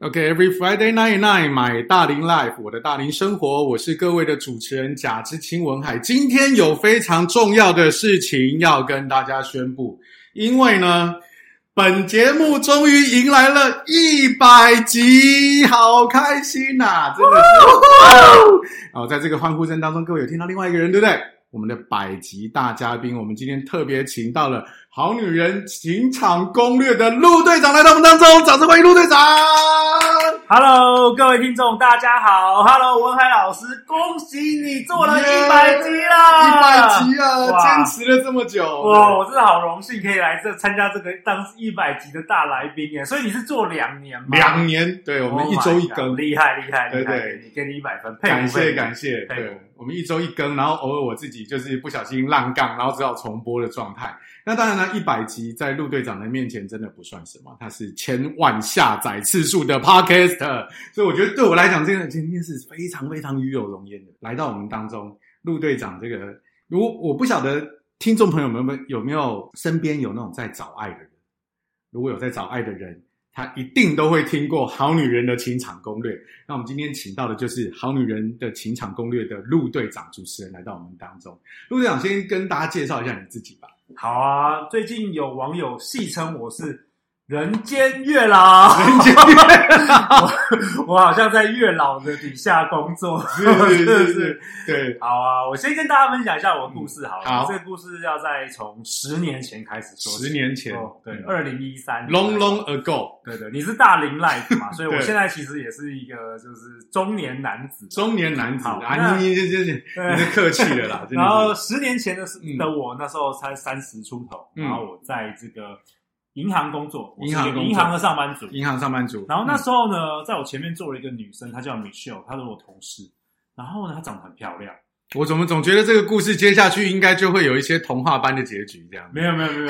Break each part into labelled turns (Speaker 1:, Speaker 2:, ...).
Speaker 1: OK，Every、Friday night night，买大龄 life，我的大龄生活，我是各位的主持人贾之清文海。今天有非常重要的事情要跟大家宣布，因为呢，本节目终于迎来了一百集，好开心呐、真的是。好，在这个欢呼声当中，各位有听到另外一个人，对不对？我们的百集大嘉宾，我们今天特别请到了《好女人情场攻略》的陆队长来到我们当中，掌声欢迎陆队长！
Speaker 2: Hello，各位听众，大家好。Hello，文海老师，恭喜你做了一百集
Speaker 1: 一百
Speaker 2: 啦！
Speaker 1: 集啊，
Speaker 2: 哇
Speaker 1: 坚持了这么久，
Speaker 2: 啊哇，我真的好荣幸可以来这参加这个当一百集的大来宾耶！所以你是做两年吗？Oh
Speaker 1: 两，年，对我们一周一更，
Speaker 2: 厉害厉害
Speaker 1: 对
Speaker 2: 厉害！
Speaker 1: 对
Speaker 2: 你给你一百分，佩服
Speaker 1: 感谢
Speaker 2: 佩服
Speaker 1: 感谢，
Speaker 2: 佩服
Speaker 1: 对，我们一周一更，然后偶尔我自己就是不小心浪杠，然后只好重播的状态。那当然了，一百集在陆队长的面前真的不算什么，他是千万下载次数的 podcast，所以我觉得对我来讲，这个今天是非常非常与有荣焉的，来到我们当中，陆队长这个，如果我不晓得听众朋友们们有没有身边有那种在找爱的人，如果有在找爱的人，他一定都会听过《好女人的情场攻略》。那我们今天请到的就是《好女人的情场攻略》的陆队长主持人来到我们当中。陆队长，先跟大家介绍一下你自己 吧。
Speaker 2: 好啊！最近有网友戏称我是人间月 老，人
Speaker 1: 间
Speaker 2: 月老，我好像在月老的底下工作，
Speaker 1: 是
Speaker 2: 真的
Speaker 1: 是是，对，
Speaker 2: 好啊，我先跟大家分享一下我的故事好了。
Speaker 1: 好
Speaker 2: 这个故事要再从十年前开始说起。
Speaker 1: 十年前，
Speaker 2: 哦，对，
Speaker 1: 嗯
Speaker 2: 二零一三。
Speaker 1: ，long long ago，
Speaker 2: 对对，你是大龄 life 嘛，所以我
Speaker 1: 对
Speaker 2: 现在其实也是一个就是中年男子。
Speaker 1: 中年男子
Speaker 2: 好
Speaker 1: 啊，
Speaker 2: 那
Speaker 1: 你你这这你是
Speaker 2: 对。
Speaker 1: 客气了啦，真
Speaker 2: 然后
Speaker 1: 的是。
Speaker 2: 十年前的时
Speaker 1: 嗯
Speaker 2: 的我，那时候才三十出头，
Speaker 1: 嗯
Speaker 2: 然后我在这个银行工作，我是
Speaker 1: 银行
Speaker 2: 一个
Speaker 1: 工作
Speaker 2: 银行的上班族。
Speaker 1: 银行上班族，
Speaker 2: 然后那
Speaker 1: 嗯
Speaker 2: 时候呢，在我前面坐了一个女生，她叫 Michelle，她是我同事。然后呢，她长得很漂亮。
Speaker 1: 我怎么总觉得这个故事接下去应该就会有一些童话般的结局这样？
Speaker 2: 没有啊没有没有，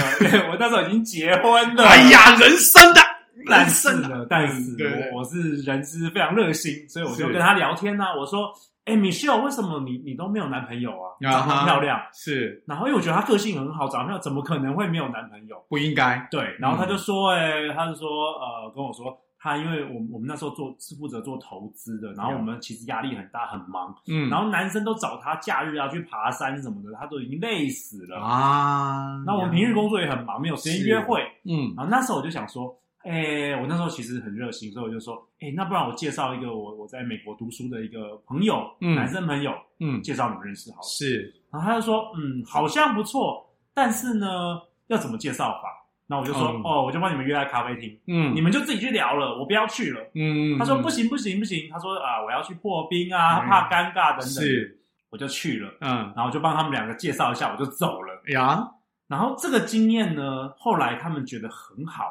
Speaker 2: 我那时候已经结婚了。
Speaker 1: 哎呀，人生的，
Speaker 2: 但
Speaker 1: 人
Speaker 2: 是
Speaker 1: 生的，
Speaker 2: 呢，但是
Speaker 1: 嗯对对
Speaker 2: 我我是人之非常热心，所以我就是跟他聊天呢、我说：“哎、m i c h e l l e 为什么你你都没有男朋友啊？
Speaker 1: 啊哈
Speaker 2: 长得很漂亮。
Speaker 1: 是
Speaker 2: 然后因为我觉得她个性很好，长得漂亮，怎么可能会没有男朋友？
Speaker 1: 不应该，
Speaker 2: 对。然后他
Speaker 1: 嗯
Speaker 2: 就说：“哎、他就说呃，跟我说他因为我们我们那时候做是负责做投资的，然后我们其实压力很大，很忙。
Speaker 1: 嗯，
Speaker 2: 然后男生都找他假日啊去爬山什么的，他都已经累死了。
Speaker 1: 啊，
Speaker 2: 那我们平日工作也很忙，没有时间
Speaker 1: 是
Speaker 2: 约会。”
Speaker 1: 嗯，
Speaker 2: 然后那时候我就想说，哎、我那时候其实很热心，所以我就说，哎、那不然我介绍一个我我在美国读书的一个朋友，
Speaker 1: 嗯
Speaker 2: 男生朋友，
Speaker 1: 嗯，
Speaker 2: 介绍你们认识好了。
Speaker 1: 是
Speaker 2: 然后他就说，嗯，好像不错，但是呢，要怎么介绍法？那我就说，
Speaker 1: 嗯
Speaker 2: 哦，我就帮你们约在咖啡厅，
Speaker 1: 嗯，
Speaker 2: 你们就自己去聊了，我不要去了。
Speaker 1: 嗯，
Speaker 2: 他说不行不行不行，他说啊、我要去破冰啊，
Speaker 1: 嗯
Speaker 2: 怕尴尬等等，
Speaker 1: 是，
Speaker 2: 我就去了，
Speaker 1: 嗯
Speaker 2: 然后我就帮他们两个介绍一下，我就走了。
Speaker 1: 呀，
Speaker 2: 然后这个经验呢，后来他们觉得很好。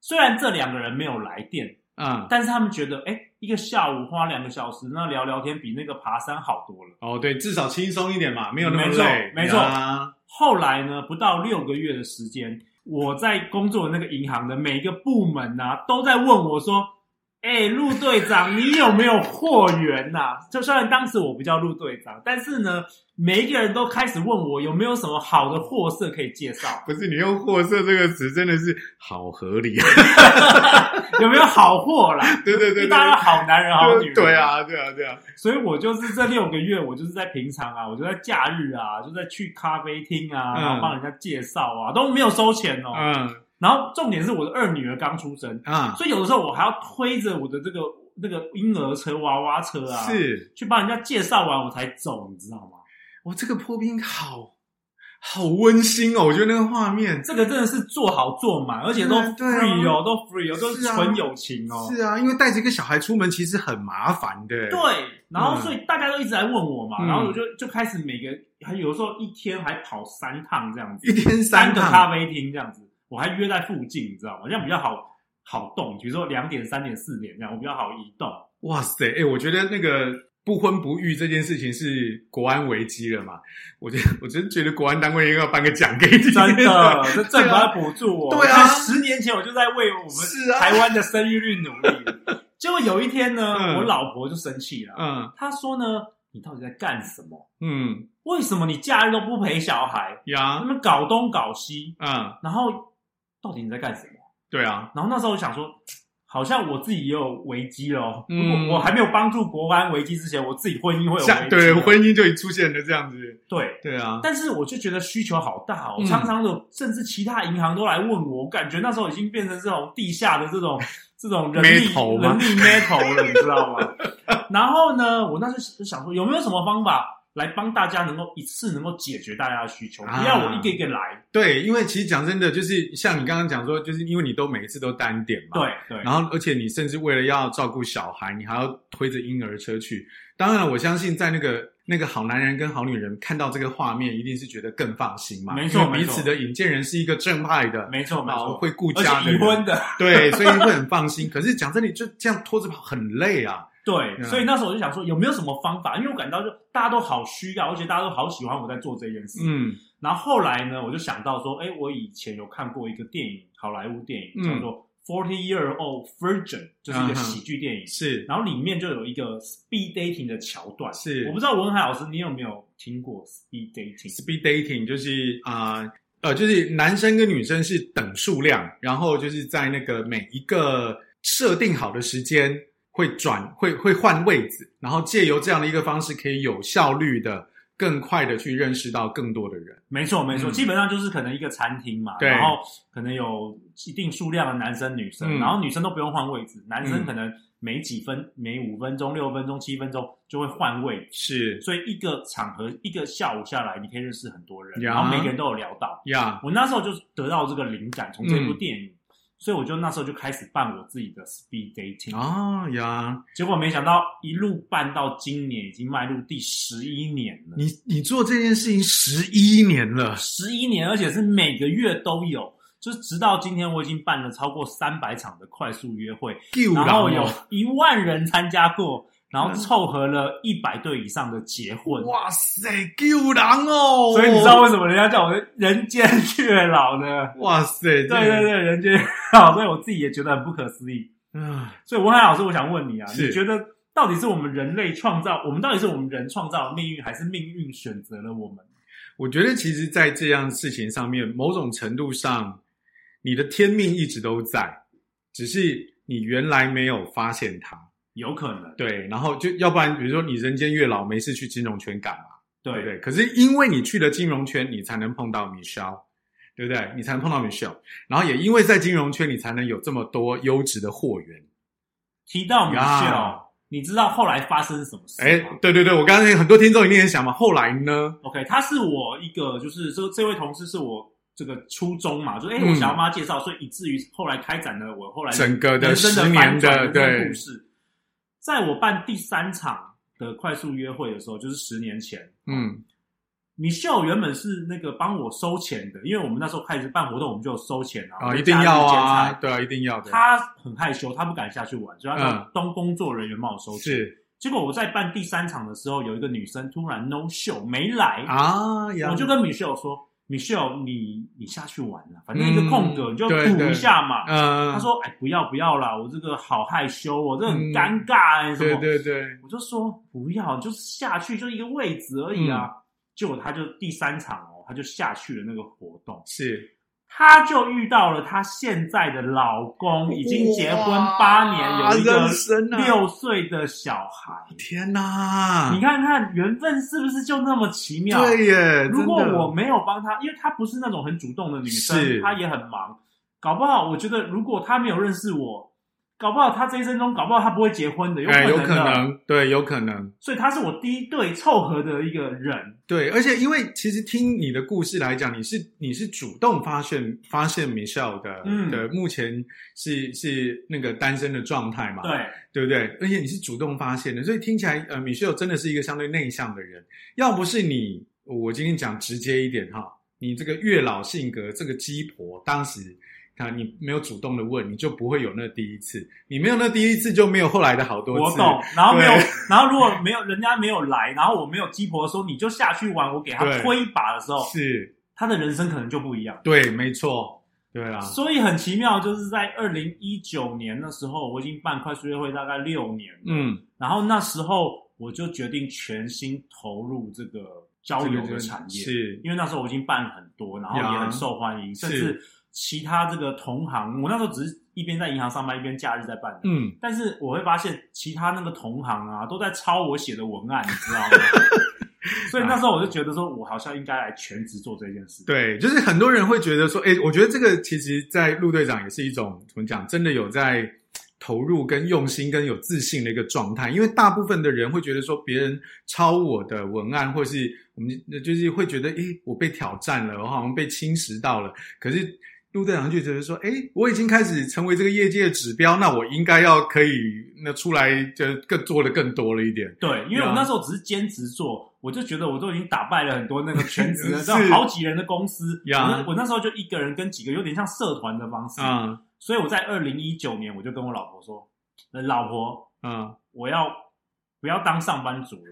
Speaker 2: 虽然这两个人没有来电，
Speaker 1: 嗯，
Speaker 2: 但是他们觉得，哎，一个下午花两个小时，那聊聊天比那个爬山好多了。
Speaker 1: 哦，对，至少轻松一点嘛，没有那么
Speaker 2: 没错
Speaker 1: 累，
Speaker 2: 没错
Speaker 1: 呀
Speaker 2: 后来呢，不到六个月的时间，我在工作的那个银行的每一个部门啊，都在问我说：“哎，陆队长，你有没有货源呐、就虽然当时我不叫陆队长，但是呢，每一个人都开始问我有没有什么好的货色可以介绍。
Speaker 1: 不是你用“货色”这个词，真的是好合理，
Speaker 2: 有没有好货啦？
Speaker 1: 对对对对
Speaker 2: 一大堆好男人、好女人。
Speaker 1: 对，啊，对啊，对啊，
Speaker 2: 所以我就是这六个月，我就是在平常啊，我就在假日啊，就在去咖啡厅啊，
Speaker 1: 嗯
Speaker 2: 然后帮人家介绍啊，都没有收钱哦。
Speaker 1: 嗯
Speaker 2: 然后重点是我的二女儿刚出生，
Speaker 1: 啊，
Speaker 2: 所以有的时候我还要推着我的这个那个婴儿车、娃娃车啊，
Speaker 1: 是，
Speaker 2: 去帮人家介绍完我才走，你知道吗？
Speaker 1: 我这个破冰好好温馨哦，我觉得那个画面。
Speaker 2: 这个真的是做好做满，而且都
Speaker 1: 对啊
Speaker 2: free 哦，都 free 哦，都
Speaker 1: 是啊
Speaker 2: 纯友情哦。
Speaker 1: 是啊，因为带着一个小孩出门其实很麻烦的。
Speaker 2: 对，然后所以大家都一直在问我嘛，
Speaker 1: 嗯
Speaker 2: 然后我就就开始每个，还有时候一天还跑三趟这样子，
Speaker 1: 一天
Speaker 2: 三
Speaker 1: 三
Speaker 2: 个
Speaker 1: 趟
Speaker 2: 咖啡厅这样子，我还约在附近，你知道吗？这样比较好好动，比如说两点、三点、四点这样，我比较好移 动。
Speaker 1: 哇塞，哎、我觉得那个不婚不育这件事情是国安危机了嘛？我觉得，我真觉得国安单位应该要颁个奖给你，啊
Speaker 2: 真 的，这政府要补助我。
Speaker 1: 对啊
Speaker 2: 我其实十年前我就在为我
Speaker 1: 是啊
Speaker 2: 们台湾的生育率努力了，结果有一天呢，
Speaker 1: 嗯
Speaker 2: 我老婆就生气了，
Speaker 1: 嗯
Speaker 2: 她说呢：“你到底在干什么？
Speaker 1: 嗯
Speaker 2: 为什么你假日都不陪小孩？他
Speaker 1: 呀，
Speaker 2: 们搞东搞西。”
Speaker 1: 嗯，
Speaker 2: 然后到底你在干什么？
Speaker 1: 对啊，
Speaker 2: 然后那时候我想说，好像我自己也有危机咯。
Speaker 1: 嗯
Speaker 2: 如果我还没有帮助国安危机之前，我自己婚姻会有危
Speaker 1: 像
Speaker 2: 机。
Speaker 1: 对婚姻就已出现了这样子，
Speaker 2: 对。
Speaker 1: 对啊，
Speaker 2: 但是我就觉得需求好大哦，
Speaker 1: 嗯
Speaker 2: 常常有甚至其他银行都来问我，我感觉那时候已经变成这种地下的这种这种人 力
Speaker 1: Metal 吗
Speaker 2: 人力 metal 了，你知道吗？ 然后呢，我那时候想说，有没有什么方法来帮大家能够一次能够解决大家的需求，
Speaker 1: 啊
Speaker 2: 不要我一个一个来。
Speaker 1: 对，因为其实讲真的，就是像你刚刚讲说，就是因为你都每一次都单点嘛，
Speaker 2: 对对，
Speaker 1: 然后，而且你甚至为了要照顾小孩，你还要推着婴儿车去。当然，我相信在那个那个好男人跟好女人看到这个画面，一定是觉得更放心嘛。
Speaker 2: 没错
Speaker 1: 因为彼
Speaker 2: 没错
Speaker 1: 此的引荐人是一个正派的，
Speaker 2: 没错没
Speaker 1: 然后
Speaker 2: 错，
Speaker 1: 会顾
Speaker 2: 而
Speaker 1: 家的
Speaker 2: 且已
Speaker 1: 人，
Speaker 2: 婚的，
Speaker 1: 对，所以会很放心。可是讲真的，就这样拖着跑很累啊。
Speaker 2: 对，
Speaker 1: 嗯
Speaker 2: 所以那时候我就想说，有没有什么方法？因为我感到就大家都好需要，而且大家都好喜欢我在做这件事。
Speaker 1: 嗯
Speaker 2: 然后后来呢，我就想到说，哎，我以前有看过一个电影，好莱坞电影
Speaker 1: 嗯
Speaker 2: 叫做《Forty Year Old Virgin》，就是一个
Speaker 1: 嗯哼
Speaker 2: 喜剧电影。
Speaker 1: 是
Speaker 2: 然后里面就有一个 speed dating 的桥段，
Speaker 1: 是
Speaker 2: 我不知道文海老师你有没有听过 speed dating？
Speaker 1: ，speed dating 就是啊。呃呃，就是男生跟女生是等数量，然后就是在那个每一个设定好的时间会转会会换位置，然后借由这样的一个方式，可以有效率的、更快的去认识到更多的人。
Speaker 2: 没错没错，
Speaker 1: 嗯
Speaker 2: 基本上就是可能一个餐厅嘛，
Speaker 1: 对
Speaker 2: 然后可能有一定数量的男生女生，
Speaker 1: 嗯
Speaker 2: 然后女生都不用换位置，男生
Speaker 1: 嗯
Speaker 2: 可能每几分、每五分钟、六分钟、七分钟就会换位置。
Speaker 1: 是
Speaker 2: 所以一个场合一个下午下来，你可以认识很多人，
Speaker 1: 呀
Speaker 2: 然后每个人都有聊到。
Speaker 1: 呀，
Speaker 2: 我那时候就得到这个灵感，从这部电
Speaker 1: 嗯
Speaker 2: 影，所以我就那时候就开始办我自己的 speed dating，、
Speaker 1: 哦呀，
Speaker 2: 结果没想到一路办到今年，已经迈入第十一年了。
Speaker 1: 你你做这件事情十一年了，
Speaker 2: 十一年，而且是每个月都有，就是直到今天，我已经办了超过三百场的快速约会，
Speaker 1: 哦
Speaker 2: 然后有一万人参加过，然后凑合了一百对以上的结婚。
Speaker 1: 嗯哇塞，救狼哦！
Speaker 2: 所以你知道为什么人家叫我人间月老呢？
Speaker 1: 哇塞，对
Speaker 2: 对对对，人间月老，所以我自己也觉得很不可思议。
Speaker 1: 啊，
Speaker 2: 所以文海老师，我想问你啊，
Speaker 1: 是
Speaker 2: 你觉得到底是我们人类创造，我们到底是我们人创造了命运，还是命运选择了我们？
Speaker 1: 我觉得其实，在这样事情上面，某种程度上，你的天命一直都在，只是你原来没有发现它。
Speaker 2: 有可能，
Speaker 1: 对，然后就要不然，比如说你人间月老没事去金融圈干嘛？
Speaker 2: 对
Speaker 1: 对不对？可是因为你去了金融圈，你才能碰到 Michelle，对不对？你才能碰到 Michelle，然后也因为在金融圈，你才能有这么多优质的货源。
Speaker 2: 提到米
Speaker 1: 呀
Speaker 2: 秀，你知道后来发生什么事
Speaker 1: 哎
Speaker 2: 吗，
Speaker 1: 对对对，我刚才很多听众一定很想嘛。后来呢？
Speaker 2: ？OK，他是我一个，就是这这位同事是我这个初衷嘛，就是哎、
Speaker 1: 嗯
Speaker 2: 我想要帮他介绍，所以以至于后来开展了我后来
Speaker 1: 整个的
Speaker 2: 人生
Speaker 1: 十
Speaker 2: 翻
Speaker 1: 年
Speaker 2: 转
Speaker 1: 的
Speaker 2: 人生
Speaker 1: 对
Speaker 2: 故，事。在我办第三场的快速约会的时候，就是十年前，
Speaker 1: 嗯
Speaker 2: 米秀原本是那个帮我收钱的，因为我们那时候开始办活动，我们就有收钱啊，
Speaker 1: 啊，一定要
Speaker 2: 我
Speaker 1: 啊
Speaker 2: 们，就加入兼差。
Speaker 1: 对啊，一定要的。
Speaker 2: 他很害羞，他不敢下去玩，所以他
Speaker 1: 嗯
Speaker 2: 找东工作人员帮我收钱。
Speaker 1: 是
Speaker 2: 结果我在办第三场的时候，有一个女生突然 no show 没来，
Speaker 1: 啊呀，
Speaker 2: 我就跟 Michelle 说，Michelle 你你下去玩了，反正一个空格、
Speaker 1: 嗯
Speaker 2: 你就
Speaker 1: 对
Speaker 2: 赌一下嘛。
Speaker 1: 嗯，
Speaker 2: 他说，哎，不要不要啦，我这个好害羞哦，我这很尴尬哎、什
Speaker 1: 嗯对
Speaker 2: 么？
Speaker 1: 对对，
Speaker 2: 我就说不要，就是下去就一个位置而已啊。
Speaker 1: 嗯
Speaker 2: 结果他就第三场哦，他就下去了那个活动，
Speaker 1: 是
Speaker 2: 他就遇到了她现在的老公，已经结婚八年，
Speaker 1: 哇
Speaker 2: 有一个
Speaker 1: 人生啊
Speaker 2: 六岁的小孩。
Speaker 1: 天哪，
Speaker 2: 你看看缘分是不是就那么奇妙？
Speaker 1: 啊对耶，
Speaker 2: 如果
Speaker 1: 真的
Speaker 2: 我没有帮她，因为她不是那种很主动的女生，
Speaker 1: 是
Speaker 2: 她也很忙，搞不好我觉得如果她没有认识我，搞不好她这一生中搞不好她不会结婚的，有可
Speaker 1: 哎，
Speaker 2: 能的。
Speaker 1: 有可能，对，有可能。
Speaker 2: 所以她是我第一对凑合的一个人。
Speaker 1: 对，而且因为其实听你的故事来讲，你是你是主动发现发现 Michelle 的、
Speaker 2: 嗯
Speaker 1: 的目前是是那个单身的状态嘛，
Speaker 2: 对，
Speaker 1: 对不对？而且你是主动发现的，所以听起来呃，Michelle 真的是一个相对内向的人。要不是你，我今天讲直接一点哈，你这个月老性格，这个鸡婆，当时啊你没有主动的问，你就不会有那第一次，你没有那第一次就没有后来的好多
Speaker 2: 我
Speaker 1: 次。
Speaker 2: 懂。然后没有
Speaker 1: 对，
Speaker 2: 然后如果没有人家没有来，然后我没有鸡婆的时候，你就下去玩，我给她
Speaker 1: 对
Speaker 2: 推一把的时候，
Speaker 1: 是，
Speaker 2: 她的人生可能就不一样。
Speaker 1: 对，没错，对啊，
Speaker 2: 所以很奇妙，就是在二零一九年的时候，我已经办快速约会大概六年了，
Speaker 1: 嗯。
Speaker 2: 然后那时候我就决定全心投入这个交友的产业，
Speaker 1: 是
Speaker 2: 因为那时候我已经办了很多，然后也很受欢迎，
Speaker 1: 是
Speaker 2: 甚至其他这个同行，我那时候只是一边在银行上班，一边假日在办的。
Speaker 1: 嗯，
Speaker 2: 但是我会发现，其他那个同行啊，都在抄我写的文案，你知道吗？所以那时候我就觉得说，我好像应该来全职做这件事。，
Speaker 1: 对，就是很多人会觉得说，哎，我觉得这个其实，在陆队长也是一种怎么讲，真的有在投入、跟用心、跟有自信的一个状态。因为大部分的人会觉得说，别人抄我的文案，或是我们就是会觉得，哎，我被挑战了，我好像被侵蚀到了。可是陆队长就觉得说，哎，我已经开始成为这个业界的指标，那我应该要可以那出来，就更做的更多了一点。
Speaker 2: 对，因为
Speaker 1: 啊
Speaker 2: 我那时候只是兼职做，我就觉得我都已经打败了很多那 个全职的，
Speaker 1: 是
Speaker 2: 这样好几人的公司。我
Speaker 1: 呀
Speaker 2: 那我那时候就一个人跟几个有点像社团的方式。
Speaker 1: 嗯
Speaker 2: 所以我在二零一九年，我就跟我老婆说：“呃老婆，
Speaker 1: 嗯，
Speaker 2: 我要不要当上班族了？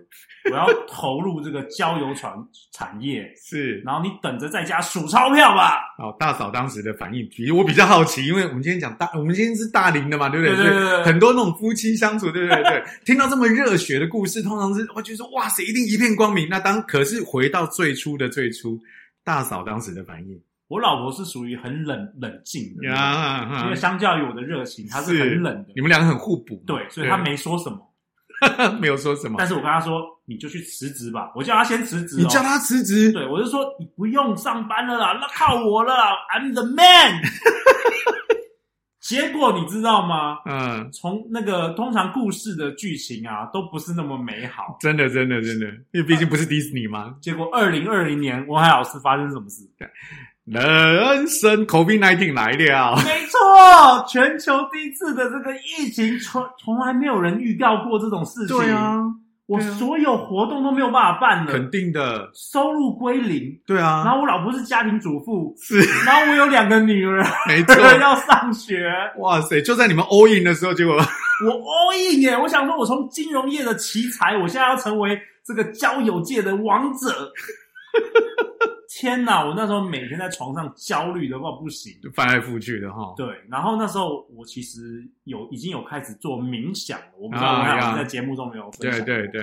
Speaker 2: 我要投入这个交友船产业。
Speaker 1: 是。
Speaker 2: 然后你等着在家数钞票吧。”
Speaker 1: 好，大嫂当时的反应，其实我比较好奇，因为我们今天讲大，我们今天是大龄的嘛，对不对？
Speaker 2: 对对对对
Speaker 1: 所以很多那种夫妻相处，对不对？对，听到这么热血的故事，通常是我觉得说，哇塞，一定一片光明。那当可是回到最初的最初，大嫂当时的反应
Speaker 2: 我老婆是属于很冷冷静的，
Speaker 1: 呀，
Speaker 2: 因
Speaker 1: 哈
Speaker 2: 为相较于我的热情，她是
Speaker 1: 是
Speaker 2: 很冷的
Speaker 1: 你。们两个很互补嘛，
Speaker 2: 对，所以她没说什么，
Speaker 1: 对 没有说什么
Speaker 2: 但，是我跟她说，你就去辞职吧。我叫她先辞职、哦，
Speaker 1: 你叫他辞职，
Speaker 2: 对我就说你不用上班了啦，那靠我了啦，I'm the man。结果你知道吗？
Speaker 1: 嗯，
Speaker 2: 从那个通常故事的剧情啊，都不是那么美好。
Speaker 1: 真的，真的，真的，因为毕竟不是迪士尼嘛，
Speaker 2: 结果二零二零年文海老师发生什么事？
Speaker 1: 人生 COVID 1 9来了。
Speaker 2: 没错，全球第一次的这个疫情，从从来没有人预告过这种事情。
Speaker 1: 对啊，
Speaker 2: 我所有活动都没有办法办 了，
Speaker 1: 肯定的，
Speaker 2: 收入归零。
Speaker 1: 对啊，
Speaker 2: 然后我老婆是家庭主妇，
Speaker 1: 是
Speaker 2: 然后我有两个女儿
Speaker 1: 没错。
Speaker 2: 要上学，
Speaker 1: 哇塞！就在你们 all in 的时候，结果
Speaker 2: 我 all in 耶！我想说，我从金融业的奇才，我现在要成为这个交友界的王 者。天哪！我那时候每天在床上焦虑的话不行。
Speaker 1: 就翻来覆去的哈。
Speaker 2: 对，然后那时候我其实有已经有开始做冥想了，我不知
Speaker 1: 啊
Speaker 2: 道我
Speaker 1: 呀
Speaker 2: 俩在节目中没有分
Speaker 1: 对
Speaker 2: 享。
Speaker 1: 对对，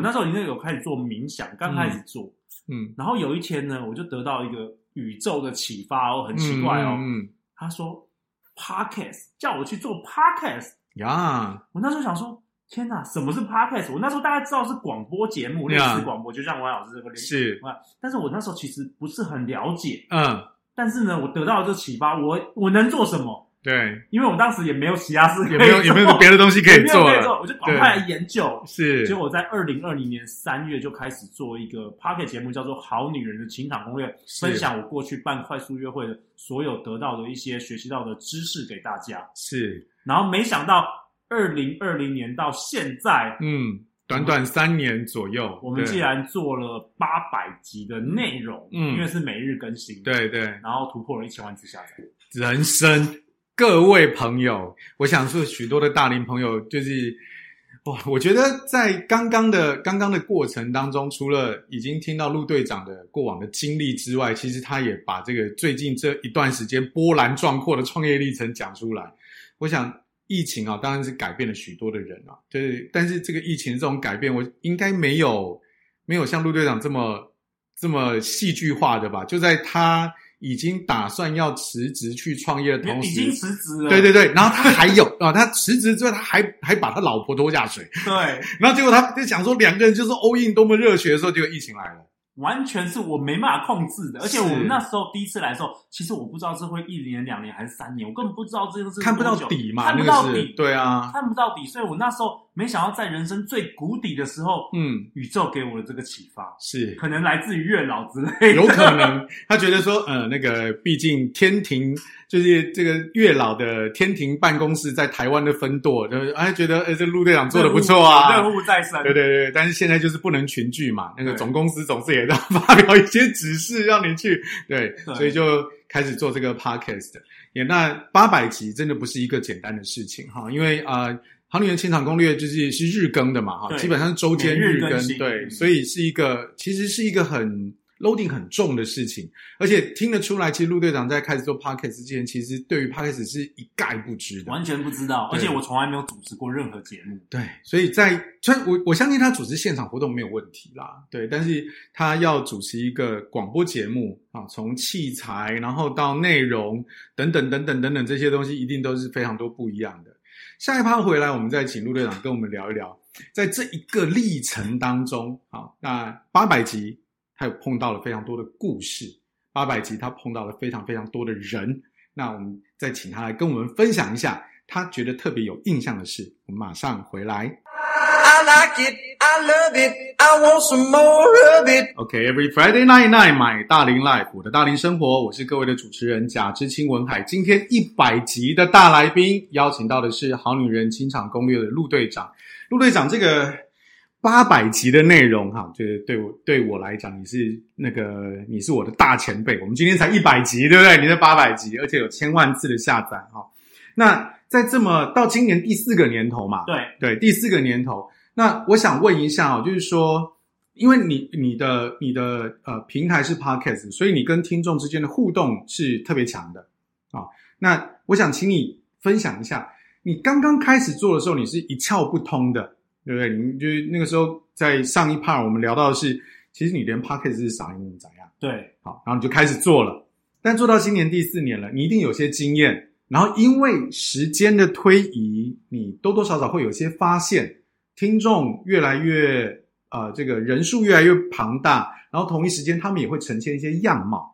Speaker 1: 嗯
Speaker 2: 那时候已经有开始做冥想，刚开始做，
Speaker 1: 嗯，
Speaker 2: 然后有一天呢，我就得到一个宇宙的启发哦，很奇怪哦，
Speaker 1: 嗯嗯嗯
Speaker 2: 他说 podcast 叫我去做 podcast，
Speaker 1: 呀，
Speaker 2: 我那时候想说。天呐，什么是 podcast？我那时候大概知道是广播节目，类
Speaker 1: 呀
Speaker 2: 似广播，就像王老师这个类似。
Speaker 1: 是，
Speaker 2: 但是我那时候其实不是很了解。
Speaker 1: 嗯，
Speaker 2: 但是呢，我得到了这启发，我我能做什么？
Speaker 1: 对，
Speaker 2: 因为我当时也没有其他事可以
Speaker 1: 也
Speaker 2: 做，
Speaker 1: 没有也没有别的东西可以
Speaker 2: 也哎没有
Speaker 1: 做
Speaker 2: 可以
Speaker 1: 了，
Speaker 2: 做，我就赶快来研究。
Speaker 1: 是
Speaker 2: 结果我在二零二零年三月就开始做一个 p o c k e t 节目，叫做《好女人的情场攻略》，
Speaker 1: 是
Speaker 2: 分享我过去办快速约会的所有得到的一些学习到的知识给大家。
Speaker 1: 是，
Speaker 2: 然后没想到二零二零年到现在，
Speaker 1: 嗯，短短三年左右，
Speaker 2: 我们既然做了八百集的内容，
Speaker 1: 嗯
Speaker 2: 因为是每日更新，，
Speaker 1: 对对对
Speaker 2: 然后突破了一千万次下载，
Speaker 1: 人生，各位朋友，我想说许多的大龄朋友就是。哇，我觉得在刚刚的刚刚的过程当中，除了已经听到陆队长的过往的经历之外，其实他也把这个最近这一段时间波澜壮阔的创业历程讲出来。我想疫情啊，当然是改变了许多的人啊，就是但是这个疫情这种改变，我应该没有没有像陆队长这么这么戏剧化的吧？就在他已经打算要辞职去创业的
Speaker 2: 因为
Speaker 1: 同
Speaker 2: 已
Speaker 1: 时，
Speaker 2: 经辞职了，
Speaker 1: 对对对，然后他还有 啊，他辞职之后，他还还把他老婆拖下水，
Speaker 2: 对，
Speaker 1: 然后结果他就想说两个人就是 all in 多么热血的时候，结果疫情来了，
Speaker 2: 完全是我没办法控制的，而且我
Speaker 1: 是
Speaker 2: 们那时候第一次来的时候，其实我不知道这会一年、两年还是三年，我根本不知道这件事
Speaker 1: 看不到
Speaker 2: 多久
Speaker 1: 底嘛，
Speaker 2: 看不
Speaker 1: 那
Speaker 2: 到
Speaker 1: 个是
Speaker 2: 底，
Speaker 1: 对啊，
Speaker 2: 看不到底，所以我那时候没想到在人生最谷底的时候，
Speaker 1: 嗯，
Speaker 2: 宇宙给我的这个启发，
Speaker 1: 是。
Speaker 2: 可能来自于月老之类的，
Speaker 1: 有可能他觉得说，呃，那个毕竟天庭就是这个月老的天庭办公室在台湾的分舵，就是哎觉得哎这陆队长 做的不错 啊，
Speaker 2: 任务在身，
Speaker 1: 对对对，但是现在就是不能群聚嘛，那个
Speaker 2: 对
Speaker 1: 总公司总是也要发表一些指示让你去，对，
Speaker 2: 对
Speaker 1: 所以就开始做这个 podcast。也那八百集真的不是一个简单的事情哈，因为啊，呃《航女人情场攻略》就是是日更的嘛哈，
Speaker 2: 对
Speaker 1: 基本上是周间
Speaker 2: 每日
Speaker 1: 更
Speaker 2: 更，新
Speaker 1: 对，
Speaker 2: 嗯
Speaker 1: 所以是一个其实是一个很 loading 很重的事情，而且听得出来，其实陆队长在开始做 podcast 之前，其实对于 podcast 是一概不知的。
Speaker 2: 完全不知道，
Speaker 1: 对
Speaker 2: 而且我从来没有主持过任何节目。
Speaker 1: 对，所以在虽然我我相信他主持现场活动没有问题啦，对，但是他要主持一个广播节目啊，从器材然后到内容等等等等等等这些东西，一定都是非常多不一样的。下一趴回来，我们再请陆队长跟我们聊一聊，在这一个历程当中，啊，那八百集他有碰到了非常多的故事，八百集他碰到了非常非常多的人，那我们再请他来跟我们分享一下他觉得特别有印象的事。我们马上回来。
Speaker 3: I like it. I love it. I want some more of it.
Speaker 1: OK，Every、Friday night night，买大龄 life，我的大龄生活，我是各位的主持人贾知青文海。今天一百集的大来宾，邀请到的是《好女人情场攻略》的陆队长。陆队长，这个八百集的内容哈，就是对我对我来讲，你是那个你是我的大前辈。我们今天才一百集，对不对？你是八百集，而且有千万次的下载哈。那在这么到今年第四个年头嘛，
Speaker 2: 对，
Speaker 1: 对，第四个年头。那我想问一下哦，就是说，因为你你的你的呃平台是 Podcast，所以你跟听众之间的互动是特别强的啊、那我想请你分享一下，你刚刚开始做的时候，你是一窍不通的，对不对？你就是那个时候在上一 part 我们聊到的是，其实你连 Podcast 是啥，你怎样？
Speaker 2: 对，
Speaker 1: 好，然后你就开始做了。但做到今年第四年了，你一定有些经验。然后因为时间的推移，你多多少少会有些发现，听众越来越呃，这个人数越来越庞大，然后同一时间他们也会呈现一些样貌。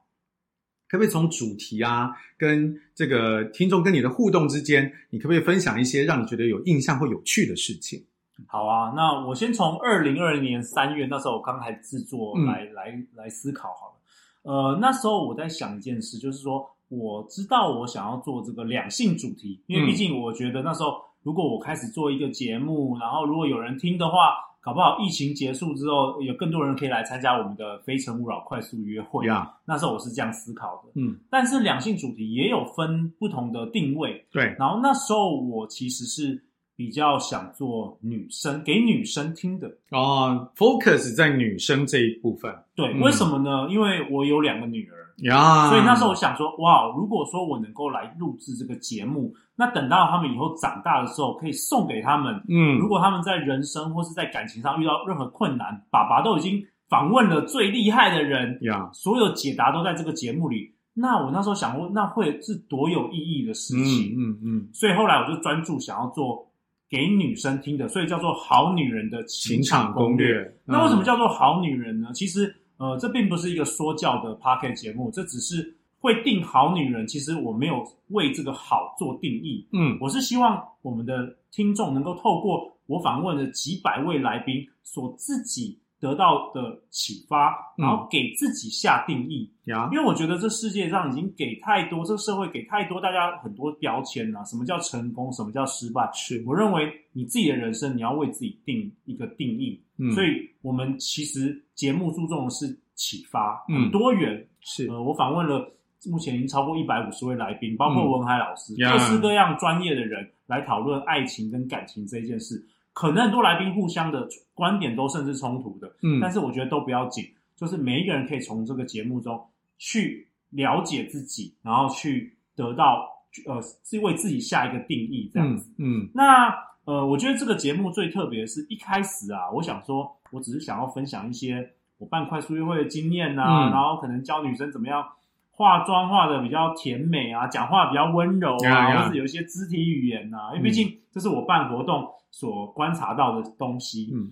Speaker 1: 可不可以从主题啊，跟这个听众跟你的互动之间，你可不可以分享一些让你觉得有印象或有趣的事情？
Speaker 2: 好啊，那我先从二零二零年三月那时候我刚开始制作
Speaker 1: 嗯
Speaker 2: 来、来来思考好了。呃，那时候我在想一件事，就是说我知道我想要做这个两性主题，因
Speaker 1: 嗯
Speaker 2: 为毕竟我觉得那时候如果我开始做一个节目，然后如果有人听的话，搞不好疫情结束之后，有更多人可以来参加我们的《非诚勿扰》快速约会。
Speaker 1: 呀，
Speaker 2: 那时候我是这样思考的，
Speaker 1: 嗯，
Speaker 2: 但是两性主题也有分不同的定位，
Speaker 1: 对，
Speaker 2: 然后那时候我其实是比较想做女生给女生听的，
Speaker 1: 哦，focus 在女生这一部分
Speaker 2: 对，
Speaker 1: 嗯啊
Speaker 2: 为什么呢？因为我有两个女儿，
Speaker 1: 呀，
Speaker 2: 所以那时候我想说，哇，如果说我能够来录制这个节目，那等到他们以后长大的时候，可以送给他们。
Speaker 1: 嗯，
Speaker 2: 如果他们在人生或是在感情上遇到任何困难，爸爸都已经访问了最厉害的人，
Speaker 1: 呀，
Speaker 2: 所有解答都在这个节目里。那我那时候想问，那会是多有意义的事
Speaker 1: 嗯
Speaker 2: 情？
Speaker 1: 嗯嗯，
Speaker 2: 所以后来我就专注想要做给女生听的，所以叫做《好女人的
Speaker 1: 情
Speaker 2: 情
Speaker 1: 场
Speaker 2: 场
Speaker 1: 攻
Speaker 2: 攻略》。
Speaker 1: 略。
Speaker 2: 那为什么
Speaker 1: 叫
Speaker 2: 叫做好女人呢？其实，呃，这并不是一个说教的 p o c k e t 节目，这只是会定好女人。其实我没有为这个好做定义，
Speaker 1: 嗯
Speaker 2: 我是希望我们的听众能够透过我访问的几百位来宾所自己得到的启发，
Speaker 1: 嗯
Speaker 2: 然后给自己下定义。
Speaker 1: 呀
Speaker 2: 因为我觉得这世界上已经给太多，这个社会给太多大家很多标签了、什么叫成功？什么叫失败？
Speaker 1: 是
Speaker 2: 我认为你自己的人生，你要为自己定一个定义。
Speaker 1: 嗯，
Speaker 2: 所
Speaker 1: 以
Speaker 2: 以我们其实节目注重的是启发，
Speaker 1: 嗯
Speaker 2: 很多元。
Speaker 1: 是
Speaker 2: 呃，我访问了目前已经超过一百五十位来宾，包
Speaker 1: 嗯
Speaker 2: 括文海老师，
Speaker 1: 呀
Speaker 2: 各式各样专业的人来讨论爱情跟感情这一件事。可能很多来宾互相的观点都甚至冲突的，
Speaker 1: 嗯，
Speaker 2: 但是我觉得都不要紧，就是每一个人可以从这个节目中去了解自己，然后去得到呃，是为自己下一个定义这样
Speaker 1: 嗯
Speaker 2: 子。
Speaker 1: 嗯
Speaker 2: 那呃，我觉得这个节目最特别的是一开始啊，我想说，我只是想要分享一些我办快速约会的经验
Speaker 1: 嗯
Speaker 2: 啊，然后可能教女生怎么样化妆化的比较甜美啊，讲话比较温柔啊
Speaker 1: Yeah, yeah
Speaker 2: 或是有一些肢体语言啊，因为
Speaker 1: 嗯
Speaker 2: 毕竟这是我办活动所观察到的东西。
Speaker 1: 嗯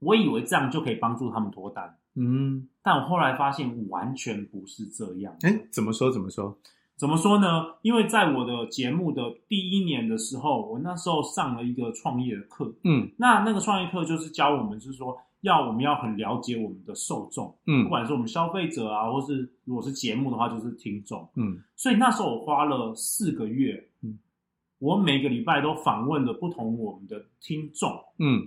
Speaker 2: 我以为这样就可以帮助他们脱单，
Speaker 1: 嗯，
Speaker 2: 但我后来发现完全不是这样。
Speaker 1: 哎，怎么说怎么说？
Speaker 2: 怎么说呢？因为在我的节目的第一年的时候，我那时候上了一个创业的课，
Speaker 1: 嗯
Speaker 2: 那那个创业课就是教我们，就是说要我们要很了解我们的受众，不
Speaker 1: 嗯
Speaker 2: 管是我们消费者啊，或是如果是节目的话，就是听众。
Speaker 1: 嗯
Speaker 2: 所以那时候我花了四个月，
Speaker 1: 嗯
Speaker 2: 我每个礼拜都访问了不同我们的听众，
Speaker 1: 嗯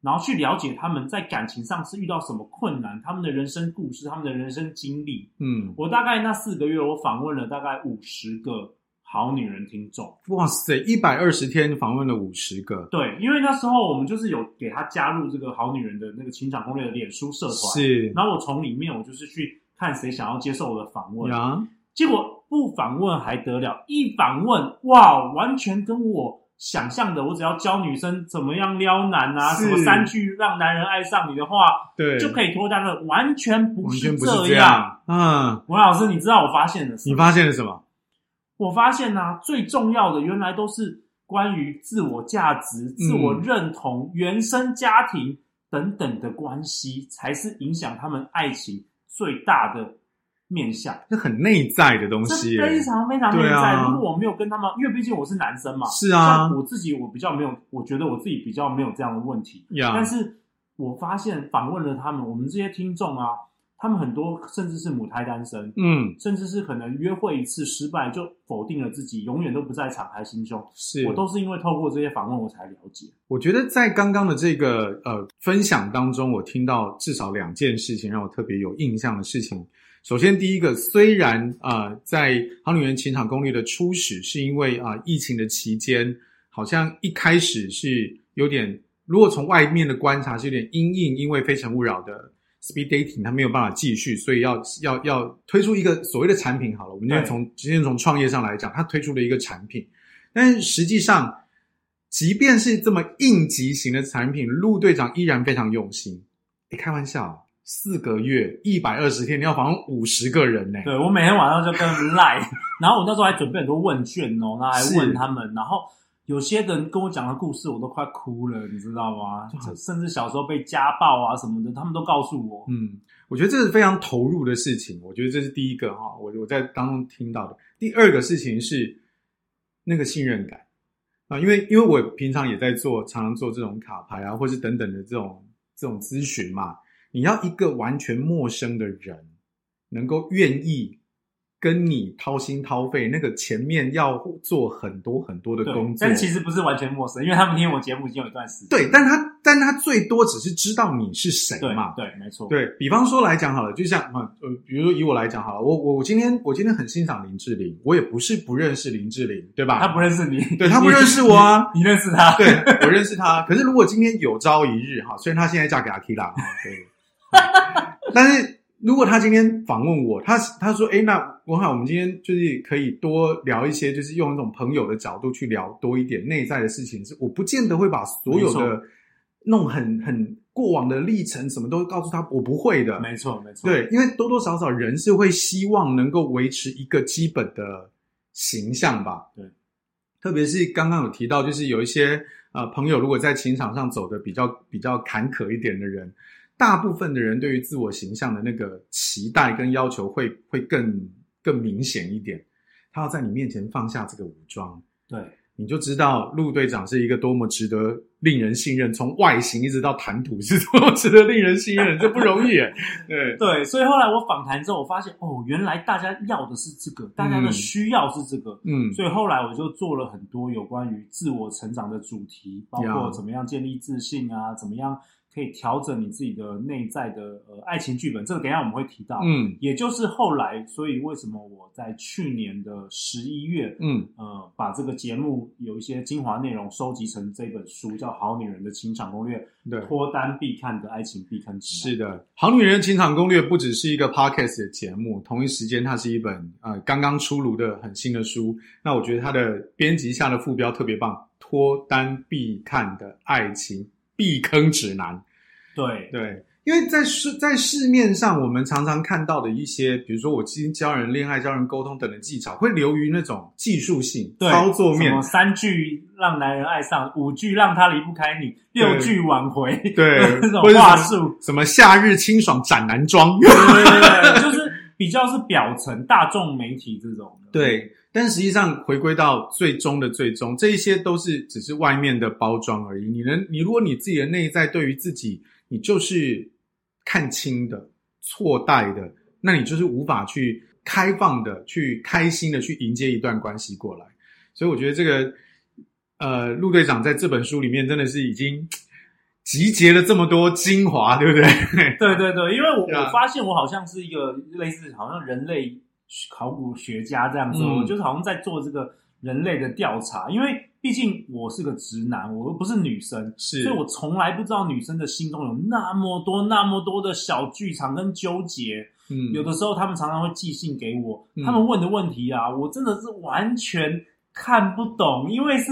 Speaker 2: 然后去了解他们在感情上是遇到什么困难，他们的人生故事，他们的人生经历。
Speaker 1: 嗯，
Speaker 2: 我大概那四个月，我访问了大概五十个好女人听众。
Speaker 1: 哇塞，一百二十天访问了五十个，
Speaker 2: 对，因为那时候我们就是有给他加入这个好女人的那个情场攻略的脸书社团，
Speaker 1: 是
Speaker 2: 然后我从里面我就是去看谁想要接受我的访问，
Speaker 1: 呀，
Speaker 2: 结果不访问还得了，一访问哇，完全跟我想象的，我只要教女生怎么样撩男啊，
Speaker 1: 是
Speaker 2: 什么三句让男人爱上你的话
Speaker 1: 对，
Speaker 2: 就可以脱单了，完全不
Speaker 1: 完
Speaker 2: 是
Speaker 1: 全不是
Speaker 2: 这
Speaker 1: 这样。嗯，
Speaker 2: 文老师，你知道我发现了什
Speaker 1: 你
Speaker 2: 么？
Speaker 1: 发现了什么？
Speaker 2: 我发现呢、最重要的原来都是关于自我价值、自我认同、原生家庭等等的关系，才是影响他们爱情最大的面向。
Speaker 1: 这很内在的东
Speaker 2: 这
Speaker 1: 西耶，
Speaker 2: 非常非常内
Speaker 1: 对
Speaker 2: 在。
Speaker 1: 啊
Speaker 2: 如果我没有跟他们，因为毕竟我是男生嘛，
Speaker 1: 是啊
Speaker 2: 像我自己我比较没有，我觉得我自己比较没有这样的问题。
Speaker 1: 呀
Speaker 2: 但，是我发现访问了他们，我们这些听众啊，他们很多甚至是母胎单身，
Speaker 1: 嗯，
Speaker 2: 甚至是可能约会一次失败就否定了自己，永远都不再敞开心胸。
Speaker 1: 是
Speaker 2: 我都是因为透过这些访问我才了解。
Speaker 1: 我觉得在刚刚的这个呃分享当中，我听到至少两件事情让我特别有印象的事情。首先，第一个，虽然啊、呃在《航女人情场攻略》的初始是因为啊、呃疫情的期间，好像一开始是有点，如果从外面的观察是有点阴影，因为《非诚勿扰》的 speed dating 它没有办法继续，所以要要要推出一个所谓的产品好了。我们今天
Speaker 2: 对
Speaker 1: 从今天从创业上来讲，它推出了一个产品，但是实际上，即便是这么应急型的产品，陆队长依然非常用心。你开玩笑，四个月一百二十天，你要访问五十个人呢、
Speaker 2: 对我每天晚上就跟他们赖， 然后我那时候还准备很多问卷哦，然后还
Speaker 1: 是
Speaker 2: 问他们，然后有些人跟我讲的故事我都快哭了，你知 道吗？就甚至小时候被家暴啊什么的，他们都告诉我。
Speaker 1: 嗯，我觉得这是非常投入的事情。我觉得这是第一个哈，我我在当中听到的。第二个事情是那个信任感啊，因为因为我平常也在做，常常做这种卡牌啊，或是等等的这种这种咨询嘛。你要一个完全陌生的人能够愿意跟你掏心掏肺，那个前面要做很多很多的
Speaker 2: 对
Speaker 1: 工，作，
Speaker 2: 但其实不是完全陌生，因为他们听我节目已经有一段时间。
Speaker 1: 对，但他但他最多只是知道你是谁
Speaker 2: 对
Speaker 1: 嘛，
Speaker 2: 对，没错。
Speaker 1: 对比方说来讲好了，就像啊呃，比如说以我来讲好了，我我我今天我今天很欣赏林志玲，我也不是不认识林志玲，对吧？
Speaker 2: 他不认识你，
Speaker 1: 对他不认识我啊
Speaker 2: 你，你认识 他？
Speaker 1: 对，我认识她。可是如果今天有朝一日哈，虽然她现在嫁给阿 Kira 哈，对，但是如果她今天访问我，她她说，哎，那文海，我们今天就是可以多聊一些，就是用一种朋友的角度去聊多一点内在的事情，是我不见得会把所有
Speaker 2: 没
Speaker 1: 的弄很很过往的历程什么都告诉她，我不会的，
Speaker 2: 没错，没错。
Speaker 1: 对，因为多多少少人是会希望能够维持一个基本的形象吧。
Speaker 2: 对，
Speaker 1: 特别是刚刚有提到，就是有一些呃朋友如果在情场上走的比较比较坎坷一点的人，大部分的人对于自我形象的那个期待跟要求会会更更明显一点。他要在你面前放下这个武装，
Speaker 2: 对
Speaker 1: 你就知道陆队长是一个多么值得令人信任，从外形一直到谈吐是多么值得令人信任，这不容易耶。 对，
Speaker 2: 对，所以后来我访谈之后，我发现哦，原来大家要的是这个，大家的
Speaker 1: 嗯
Speaker 2: 需要是这个。
Speaker 1: 嗯，
Speaker 2: 所以后来我就做了很多有关于自我成长的主题，包括
Speaker 1: Yeah
Speaker 2: 怎么样建立自信啊，怎么样可以调整你自己的内在的呃爱情剧本，这个等一下我们会提到。，
Speaker 1: 嗯
Speaker 2: 也就是后来，所以为什么我在去年的十一月，
Speaker 1: 嗯，
Speaker 2: 呃，把这个节目有一些精华内容收集成这本书，叫《好女人的情场攻略：
Speaker 1: 对，
Speaker 2: 脱单必看的爱情避坑指南》。
Speaker 1: 是的，《好女人情场攻略》不只是一个 podcast 的节目，同一时间它是一本呃刚刚出炉的很新的书。那我觉得它的编辑下的副标特别棒，“脱单必看的爱情避坑指南”。
Speaker 2: 对，
Speaker 1: 对，因为在市在市面上，我们常常看到的一些，比如说我今天教人恋爱、教人沟通等的技巧，会流于那种技术性
Speaker 2: 对，
Speaker 1: 操作面
Speaker 2: 什么。三句让男人爱上，五句让他离不开你，六句挽回，
Speaker 1: 对
Speaker 2: 这种
Speaker 1: 或者
Speaker 2: 话
Speaker 1: 什
Speaker 2: 术，
Speaker 1: 什么夏日清爽斩男装，
Speaker 2: 对对对，就是比较是表层大众媒体这种的。
Speaker 1: 对，但实际上回归到最终的最终，这一些都是只是外面的包装而已。你能，你如果你自己的内在对于自己，你就是看清的、错待的，那你就是无法去开放的、去开心的去迎接一段关系过来。所以我觉得这个，呃，陆队长在这本书里面真的是已经集结了这么多精华，对不对？
Speaker 2: 对对对，因为我、
Speaker 1: 对啊
Speaker 2: 我发现我好像是一个类似好像人类考古学家这样子，
Speaker 1: 嗯
Speaker 2: 我就是好像在做这个人类的调查，因为毕竟我是个直男，我又不 是女生，
Speaker 1: 是
Speaker 2: 所以我从来不知道女生的心中有那么多、那么多的小剧场跟纠结。
Speaker 1: 嗯
Speaker 2: 有的时候他们常常会寄信给我，
Speaker 1: 嗯
Speaker 2: 他们问的问题啊，我真的是完全看不懂，因为是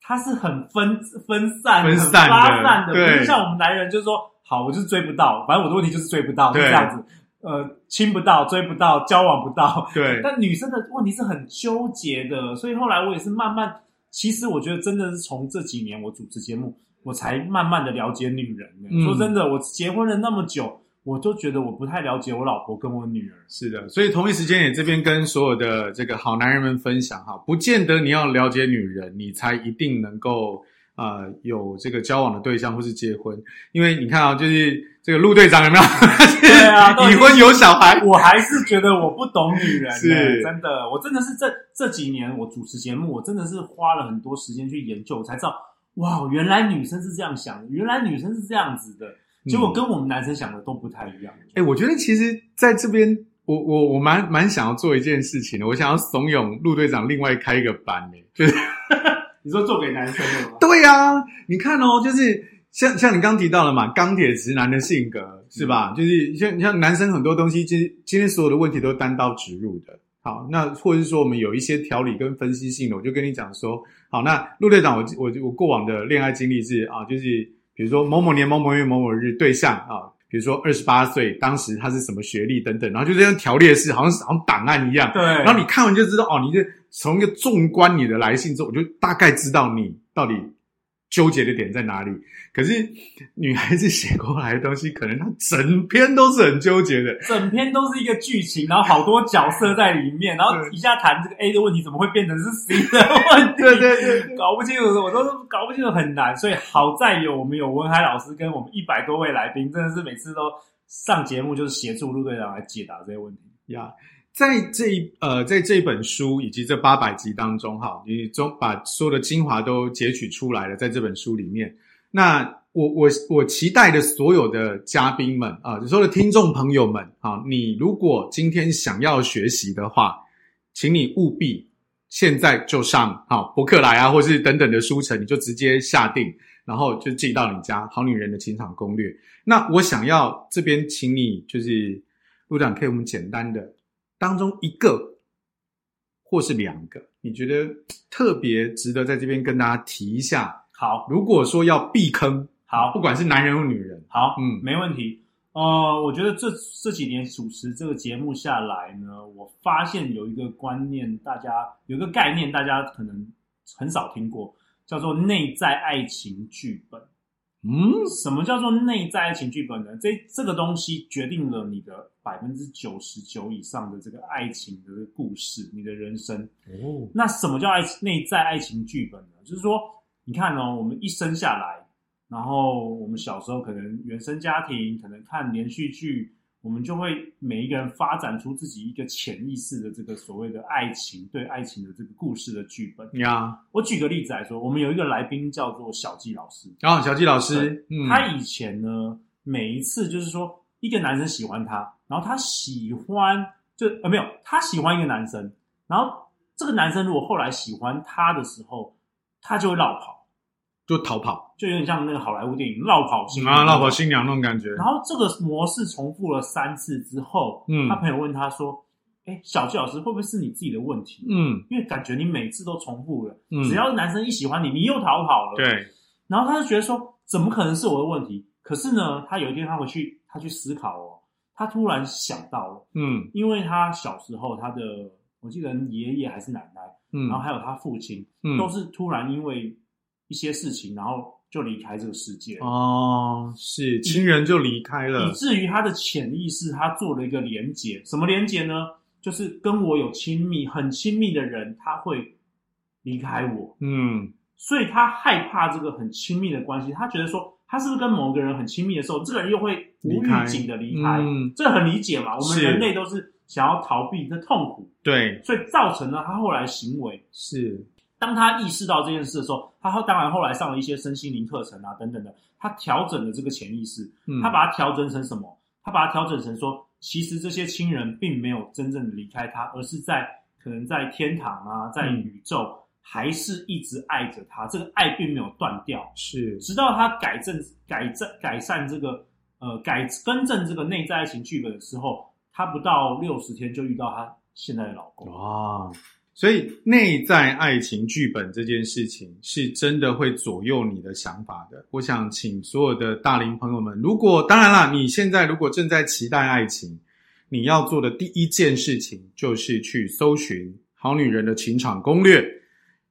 Speaker 2: 它是很分分散、
Speaker 1: 分散
Speaker 2: 很
Speaker 1: 的
Speaker 2: 发散的，
Speaker 1: 对
Speaker 2: 不是像我们男人就是说，好，我就是追不到，反正我的问题就是追不到，就
Speaker 1: 对
Speaker 2: 这样子，呃，亲不到，追不到，交往不到，
Speaker 1: 对
Speaker 2: 但女生的问题是很纠结的，所以后来我也是慢慢，其实我觉得真的是从这几年我主持节目，我才慢慢的了解女人呢、
Speaker 1: 嗯
Speaker 2: 说真的，我结婚了那么久，我都觉得我不太了解我老婆跟我女儿。
Speaker 1: 是的，所以同一时间也这边跟所有的这个好男人们分享哈，不见得你要了解女人，你才一定能够呃有这个交往的对象或是结婚，因为你看啊，就是这个陆队长有没有？
Speaker 2: 对啊都已
Speaker 1: 已
Speaker 2: 经
Speaker 1: 婚有小孩，
Speaker 2: 我还是觉得我不懂女人、
Speaker 1: 是
Speaker 2: 呢，真的，我真的是这这几年我主持节目，我真的是花了很多时间去研究，我才知道，哇，原来女生是这样想的，原来女生是这样子的，结果跟我们男生想的都不太一样。
Speaker 1: 嗯哎、我觉得其实在这边，我我我蛮蛮想要做一件事情的，我想要怂恿陆队长另外开一个班呢、就是？
Speaker 2: 你说做给男生的吗
Speaker 1: 对呀、你看哦，就是像像你刚提到了嘛，钢铁直男的性格是吧？就是像像男生很多东西，今今天所有的问题都单刀直入的。好，那或者是说我们有一些条理跟分析性的，我就跟你讲说，好，那陆队长，我我我过往的恋爱经历是啊，就是比如说某某年某某月某某日对象啊，比如说二十八岁，当时他是什么学历等等，然后就这样条列式，好像是好像档案一样，
Speaker 2: 对，
Speaker 1: 然后你看完就知道哦，你就从一个纵观你的来信之后，我就大概知道你到底纠结的点在哪里。可是女孩子写过来的东西，可能她整篇都是很纠结的。
Speaker 2: 整篇都是一个剧情，然后好多角色在里面，然后一下谈这个 A 的问题，怎么会变成是 C 的问题？
Speaker 1: 对对对，
Speaker 2: 搞不清楚，我都是搞不清楚，很难。所以好在有我们有文海老师跟我们一百多位来宾，真的是每次都上节目就是协助陆队长来解答这些问题。
Speaker 1: 呀在这一呃，在这一本书以及这八百集当中，哈，你中把所有的精华都截取出来了，在这本书里面。那我我我期待的所有的嘉宾们啊、所有的听众朋友们啊，你如果今天想要学习的话，请你务必现在就上好博客来啊，或是等等的书城，你就直接下定，然后就寄到你家《好女人的情场攻略》。那我想要这边请你就是陆长，可以我们简单的当中一个或是两个，你觉得特别值得在这边跟大家提一下。
Speaker 2: 好，
Speaker 1: 如果说要避坑，
Speaker 2: 好
Speaker 1: 不管是男人或女人，
Speaker 2: 好，
Speaker 1: 嗯
Speaker 2: 嗯，没问题。呃，我觉得这这几年主持这个节目下来呢，我发现有一个观念，大家有一个概念，大家可能很少听过，叫做内在爱情剧本。
Speaker 1: 嗯，
Speaker 2: 什么叫做内在爱情剧本呢？这这个东西决定了你的百分之九十九以上的这个爱情的故事，你的人生。
Speaker 1: 哦，
Speaker 2: 那什么叫爱情内在爱情剧本呢？就是说，你看哦，我们一生下来，然后我们小时候可能原生家庭，可能看连续剧，我们就会每一个人发展出自己一个潜意识的这个所谓的爱情，对爱情的这个故事的剧本。
Speaker 1: 呀，
Speaker 2: 我举个例子来说，我们有一个来宾叫做小纪老师，
Speaker 1: 然后小纪老师，嗯，
Speaker 2: 他以前呢，每一次就是说，一个男生喜欢他，然后他喜欢就呃没有，他喜欢一个男生，然后这个男生如果后来喜欢他的时候，他就会绕跑，
Speaker 1: 就逃跑
Speaker 2: 就有点像那个好莱坞电影《绕跑新
Speaker 1: 啊，老婆新娘那种感觉，
Speaker 2: 哦然后这个模式重复了三次之后，
Speaker 1: 嗯
Speaker 2: 他朋友问他说：“哎，小纪老师会不会是你自己的问题？
Speaker 1: 嗯
Speaker 2: 因为感觉你每次都重复了，
Speaker 1: 嗯，
Speaker 2: 只要男生一喜欢你，你又逃跑了。”
Speaker 1: 对，
Speaker 2: 然后他就觉得说，怎么可能是我的问题？可是呢，他有一天他回去，他去思考哦，他突然想到了，
Speaker 1: 嗯
Speaker 2: 因为他小时候他的，我记得爷爷还是奶奶，
Speaker 1: 嗯，
Speaker 2: 然后还有他父亲，
Speaker 1: 嗯
Speaker 2: 都是突然因为一些事情，然后就离开这个世界，
Speaker 1: 哦，是亲人就离开了
Speaker 2: 以，至于他的潜意识他做了一个连结，什么连结呢？就是跟我有亲密、很亲密的人，他会离开我，
Speaker 1: 嗯
Speaker 2: 所以他害怕这个很亲密的关系，他觉得说他是不是跟某个人很亲密的时候，这个人又会无预警的离开，
Speaker 1: 嗯，
Speaker 2: 这很理解嘛。我们
Speaker 1: 是
Speaker 2: 人类都是想要逃避这痛苦，
Speaker 1: 对，
Speaker 2: 所以造成了他后来行为。
Speaker 1: 是，
Speaker 2: 当他意识到这件事的时候，他后当然后来上了一些身心灵课程啊等等的，他调整了这个潜意识，
Speaker 1: 嗯
Speaker 2: 他把它调整成什么？他把它调整成说，其实这些亲人并没有真正的离开他，而是在可能在天堂啊，在
Speaker 1: 嗯
Speaker 2: 宇宙，还是一直爱着他，这个爱并没有断掉。
Speaker 1: 是
Speaker 2: 直到他改正、改正、改善这个呃改更正这个内在爱情剧本的时候，他不到六十天就遇到他现在的老
Speaker 1: 哦
Speaker 2: 公。
Speaker 1: 哇，所以内在爱情剧本这件事情是真的会左右你的想法的。我想请所有的大龄朋友们，如果当然啦，你现在如果正在期待爱情，你要做的第一件事情就是去搜寻《好女人的情场攻略》，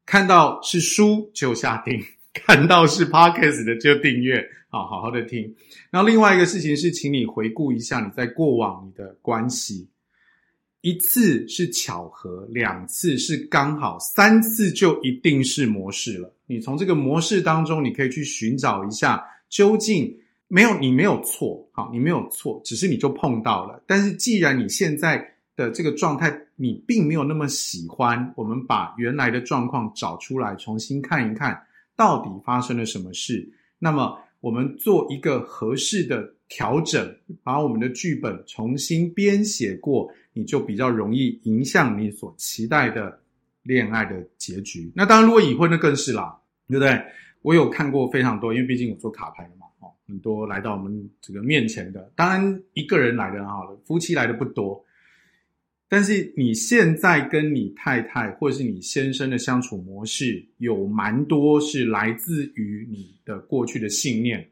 Speaker 1: 看到是书就下定，看到是 podcast 的就订阅，好好好的听。然后另外一个事情是，请你回顾一下你在过往你的关系，一次是巧合，两次是刚好，三次就一定是模式了。你从这个模式当中，你可以去寻找一下，究竟没有你没有错，好，你没有错，只是你就碰到了。但是既然你现在的这个状态你并没有那么喜欢，我们把原来的状况找出来，重新看一看，到底发生了什么事。那么我们做一个合适的调整，把我们的剧本重新编写过，你就比较容易迎向你所期待的恋爱的结局。那当然，如果已婚的更是啦，对不对？我有看过非常多，因为毕竟我做卡牌的嘛，哦，很多来到我们这个面前的，当然一个人来的好了，夫妻来的不多。但是你现在跟你太太或者是你先生的相处模式，有蛮多是来自于你的过去的信念，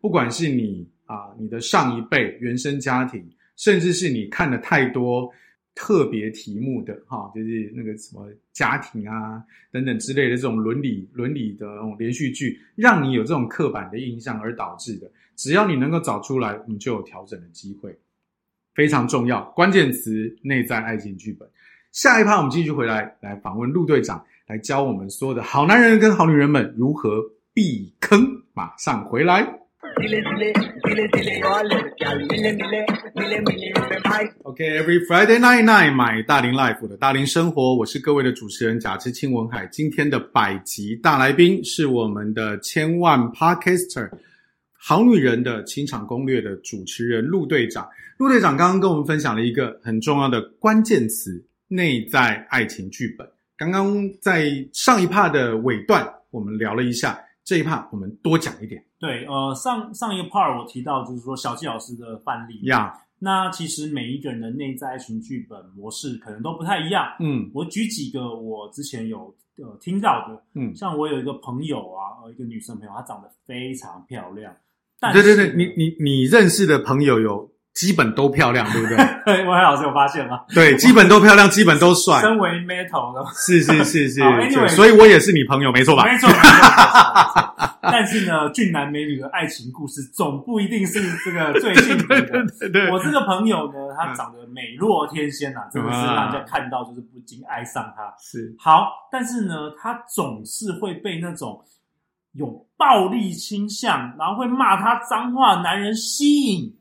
Speaker 1: 不管是你啊、你的上一辈原生家庭，甚至是你看了太多特别题目的哈、就是那个什么家庭啊等等之类的这种伦理伦理的那种连续剧，让你有这种刻板的印象而导致的。只要你能够找出来，你就有调整的机会。非常重要，关键词内在爱情剧本。下一趴我们继续回来来访问陆队长，来教我们所有的好男人跟好女人们如何避坑。马上回来。
Speaker 4: Dile, dile, dile, dile, yo a los que al mile, mile, mile, mile, yo me bye.
Speaker 1: OK，Every、Friday night night，买大龄 life 的大龄生活，我是各位的主持人贾之青文海。今天的百集大来宾是我们的千万 Podcaster《好女人的情场攻略》的主持人陆队长。陆队长刚刚跟我们分享了一个很重要的关键词——内在爱情剧本。刚刚在上一趴的尾段，我们聊了一下，这一趴我们多讲一点
Speaker 2: 对，呃，上上一个 part 我提到就是说小纪老师的范例，
Speaker 1: 呀。
Speaker 2: 那其实每一个人的内在爱情剧本模式可能都不太一样。
Speaker 1: 嗯
Speaker 2: 我举几个我之前有呃听到的，
Speaker 1: 嗯，
Speaker 2: 像我有一个朋友啊，呃，一个女生朋友，她长得非常漂亮，但
Speaker 1: 对对
Speaker 2: 是
Speaker 1: 对，你 你你认识的朋友有基本都漂亮，对不 对？
Speaker 2: 你，文海老师有发现吗？
Speaker 1: 对，基本都漂亮，基本都帅，
Speaker 2: 身为 metal 呢，
Speaker 1: 是是是是，
Speaker 2: 好
Speaker 1: 对
Speaker 2: anyway
Speaker 1: 所以我也是你朋友，没错吧？
Speaker 2: 没错，没错没错没错 但是呢，俊男美女的爱情故事总不一定是这个最 幸福
Speaker 1: 对对
Speaker 2: 的。
Speaker 1: 对对，嗯
Speaker 2: 我这个朋友呢，她长得美若天仙呐、真的
Speaker 1: 啊
Speaker 2: 是让人家看到就是不禁爱上她。
Speaker 1: 是
Speaker 2: 好，但是呢，她总是会被那种有暴力倾向，然后会骂她脏话的男人吸引。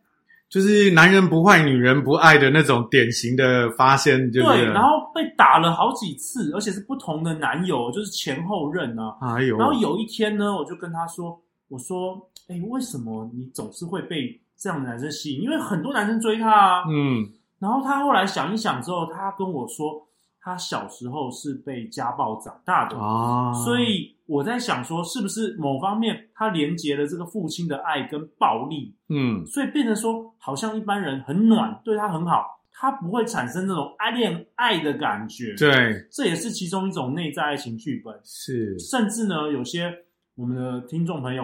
Speaker 1: 就是男人不坏，女人不爱的那种典型的发现，就是
Speaker 2: 对，然后被打了好几次，而且是不同的男友，就是前后任啊。
Speaker 1: 哎呦，
Speaker 2: 然后有一天呢，我就跟他说：“我说，哎、为什么你总是会被这样的男生吸引？因为很多男生追她啊。”
Speaker 1: 嗯
Speaker 2: 然后他后来想一想之后，他跟我说，他小时候是被家暴长大的，
Speaker 1: 啊，
Speaker 2: 所以我在想说，是不是某方面他连接了这个父亲的爱跟暴力，
Speaker 1: 嗯
Speaker 2: 所以变成说，好像一般人很暖，对他很好，他不会产生那种爱恋爱的感觉。，
Speaker 1: 对
Speaker 2: 这也是其中一种内在爱情剧本。
Speaker 1: 是
Speaker 2: 甚至呢，有些我们的听众朋友、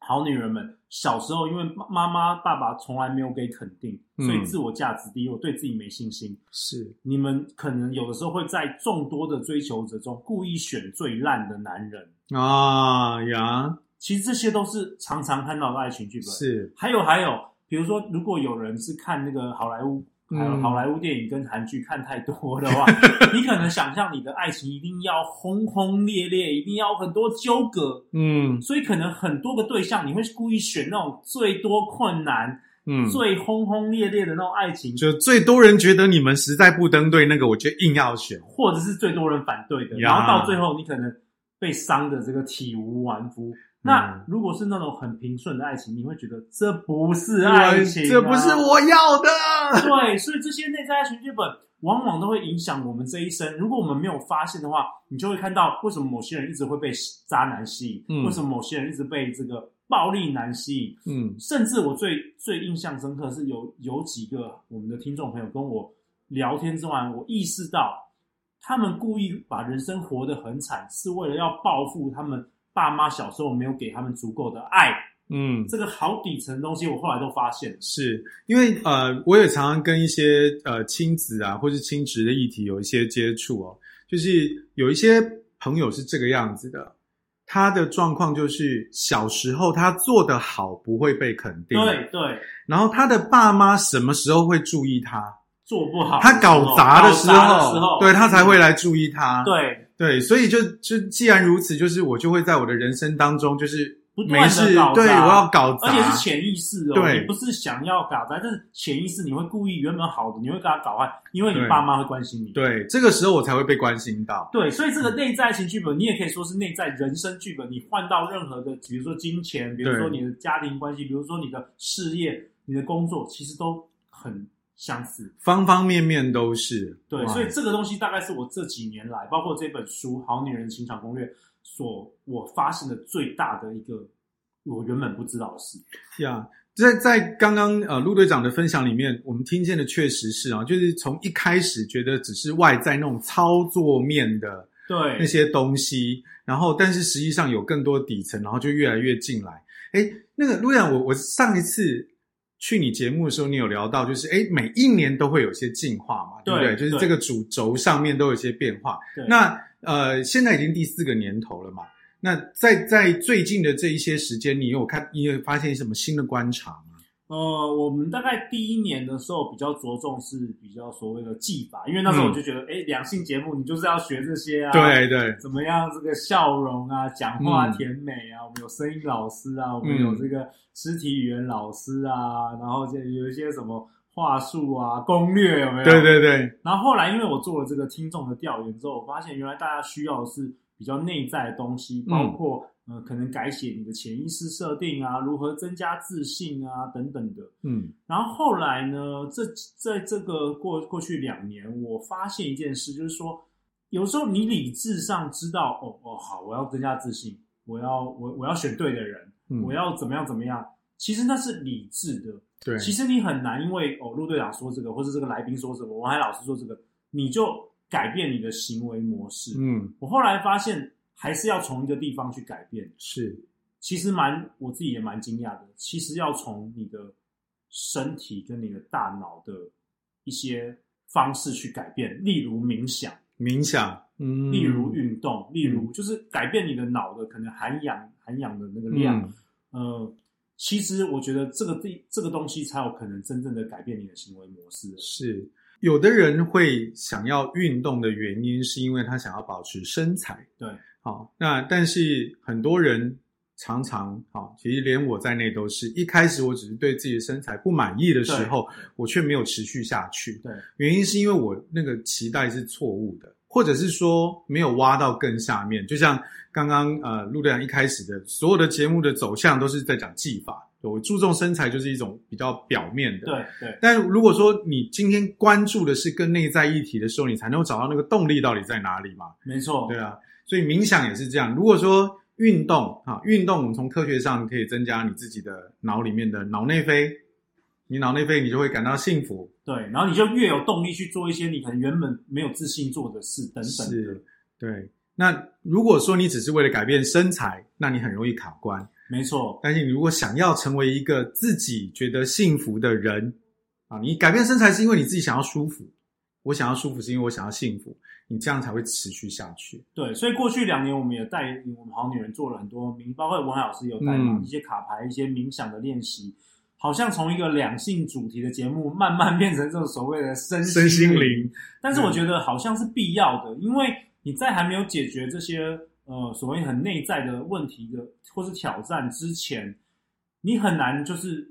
Speaker 2: 好女人们，小时候因为妈妈妈、爸爸从来没有给肯定，
Speaker 1: 嗯
Speaker 2: 所以自我价值低，我对自己没信心。
Speaker 1: 是
Speaker 2: 你们可能有的时候会在众多的追求者中故意选最烂的男人，
Speaker 1: 啊呀
Speaker 2: 其实这些都是常常看到的爱情剧本。，
Speaker 1: 是
Speaker 2: 还有还有，比如说，如果有人是看那个好莱坞。还有
Speaker 1: 嗯
Speaker 2: 好莱坞电影跟韩剧看太多的 话，你可能想象你的爱情一定要轰轰烈烈，一定要很多纠葛，
Speaker 1: 嗯
Speaker 2: 所以可能很多个对象，你会故意选那种最多困难、
Speaker 1: 嗯，
Speaker 2: 最轰轰烈烈的那种爱情，
Speaker 1: 就最多人觉得你们实在不登对那个，我就硬要选，
Speaker 2: 或者是最多人反对的，
Speaker 1: 呀嗯
Speaker 2: 然后到最后你可能被伤的这个体无完肤。那如果是那种很平顺的爱情，你会觉得这不是爱
Speaker 1: 我
Speaker 2: 情、啊
Speaker 1: 这不是。我要的。
Speaker 2: 对，所以这些内在爱情剧本往往都会影响我们这一生。如果我们没有发现的话，你就会看到为什么某些人一直会被渣男吸引，
Speaker 1: 嗯
Speaker 2: 为什么某些人一直被这个暴力男吸引，
Speaker 1: 嗯
Speaker 2: 甚至我最最印象深刻是有有几个我们的听众朋友跟我聊天之外，我意识到他们故意把人生活得很惨，是为了要报复他们爸妈小时候没有给他们足够的爱。
Speaker 1: 嗯，
Speaker 2: 这个好底层的东西，我后来都发现了。
Speaker 1: 是因为呃，我也常常跟一些呃亲子啊，或是亲职的议题有一些接触哦。就是有一些朋友是这个样子的，他的状况就是小时候他做得好不会被肯定，
Speaker 2: 对，对，
Speaker 1: 然后他的爸妈什么时候会注意他？
Speaker 2: 做不好的时候，
Speaker 1: 他搞砸的时候，
Speaker 2: 搞砸的时候
Speaker 1: 对他才会来注意他。
Speaker 2: 嗯对
Speaker 1: 对，所以就就既然如此，就是我就会在我的人生当中，就是
Speaker 2: 不断
Speaker 1: 没
Speaker 2: 地
Speaker 1: 事
Speaker 2: 搞，
Speaker 1: 对
Speaker 2: 砸
Speaker 1: 我要搞砸，
Speaker 2: 而且是潜意识哦，
Speaker 1: 对
Speaker 2: 你不是想要搞砸，但是潜意识你会故意原本好的，你会给他搞坏，因为你
Speaker 1: 对
Speaker 2: 爸妈会关心你。
Speaker 1: 对，这个时候我才会被关心到。
Speaker 2: 对，所以这个内在型剧本，你也可以说是内在人生剧本。你换到任何的，比如说金钱，比如说你的家庭关系，比如说你的事业、你的工作，其实都很相似。
Speaker 1: 方方面面都是
Speaker 2: 对，
Speaker 1: 哇
Speaker 2: 所以这个东西大概是我这几年来，包括这本书《好女人情场攻略》所我发现的最大的一个我原本不知道的事。
Speaker 1: 呀在在刚刚呃陆队长的分享里面，我们听见的确实是啊，就是从一开始觉得只是外在那种操作面的
Speaker 2: 对
Speaker 1: 那，些东西，然后但是实际上有更多底层，然后就越来越进来。哎，那个陆然，我我上一次去你节目的时候，你有聊到，就是哎，每一年都会有些进化嘛，对不
Speaker 2: 对
Speaker 1: 就是
Speaker 2: 对
Speaker 1: 这个主轴上面都有一些变化。
Speaker 2: 对
Speaker 1: 那呃，现在已经第四个年头了嘛，那在在最近的这一些时间，你有看，你有发现什么新的观察吗？
Speaker 2: 呃，我们大概第一年的时候比较着重是比较所谓的技法，因为那时候我就觉得，哎、两性节目你就是要学这些啊，
Speaker 1: 嗯对对，
Speaker 2: 怎么样？这个笑容啊，讲话
Speaker 1: 嗯
Speaker 2: 甜美啊，我们有声音老师啊，我们有这个肢体语言老师啊，然后就有一些什么话术啊、攻略有没有？
Speaker 1: 对。对对，
Speaker 2: 然后后来，因为我做了这个听众的调研之后，我发现原来大家需要的是比较内在的东西，
Speaker 1: 嗯
Speaker 2: 包括、呃，可能改写你的潜意识设定啊，如何增加自信啊等等的。
Speaker 1: 嗯
Speaker 2: 然后后来呢，这在这个过过去两年，我发现一件事，就是说，有时候你理智上知道，哦哦，好，我要增加自信，我要我我要选对的人，
Speaker 1: 嗯，
Speaker 2: 我要怎么样怎么样，其实那是理智的。
Speaker 1: 对，
Speaker 2: 其实你很难因为哦，陆队长说这个，或是这个来宾说什么，王海老师说这个，你就改变你的行为模式。
Speaker 1: 嗯
Speaker 2: 我后来发现，还是要从一个地方去改变。
Speaker 1: 是，
Speaker 2: 其实蛮我自己也蛮惊讶的。其实要从你的身体跟你的大脑的一些方式去改变，例如冥想，
Speaker 1: 冥想，嗯，
Speaker 2: 例如运动，例如就是改变你的脑的可能含氧含氧的那个量。
Speaker 1: 嗯
Speaker 2: 呃，其实我觉得这个地这个东西才有可能真正的改变你的行为模式。
Speaker 1: 是，有的人会想要运动的原因，是因为他想要保持身材。
Speaker 2: 对，
Speaker 1: 好，那但是很多人常常，好，其实连我在内都是，一开始我只是对自己的身材不满意的时候，我却没有持续下去。
Speaker 2: 对
Speaker 1: 原因是因为我那个期待是错误的，或者是说没有挖到更下面。就像刚刚呃陆队长一开始的所有的节目的走向都是在讲技法，我注重身材就是一种比较表面的。
Speaker 2: 对对
Speaker 1: 但如果说你今天关注的是更内在议题的时候，你才能够找到那个动力到底在哪里嘛？
Speaker 2: 没错，
Speaker 1: 对啊，所以冥想也是这样。如果说运动啊，运动我们从科学上可以增加你自己的脑里面的脑内啡，你脑内啡你就会感到幸福。
Speaker 2: 对，然后你就越有动力去做一些你可能原本没有自信做的事等等的。
Speaker 1: 是，对。那如果说你只是为了改变身材，那你很容易卡关。
Speaker 2: 没错，
Speaker 1: 但是你如果想要成为一个自己觉得幸福的人啊，你改变身材是因为你自己想要舒服，我想要舒服是因为我想要幸福，你这样才会持续下去。
Speaker 2: 对，所以过去两年我们也带领我们好女人做了很多冥，包括文海老师也有带嘛、
Speaker 1: 嗯
Speaker 2: 一些卡牌、一些冥想的练习，好像从一个两性主题的节目慢慢变成这种所谓的身
Speaker 1: 身心
Speaker 2: 灵。
Speaker 1: 灵，嗯
Speaker 2: 但是我觉得好像是必要的，因为你在还没有解决这些呃所谓很内在的问题的或是挑战之前，你很难就是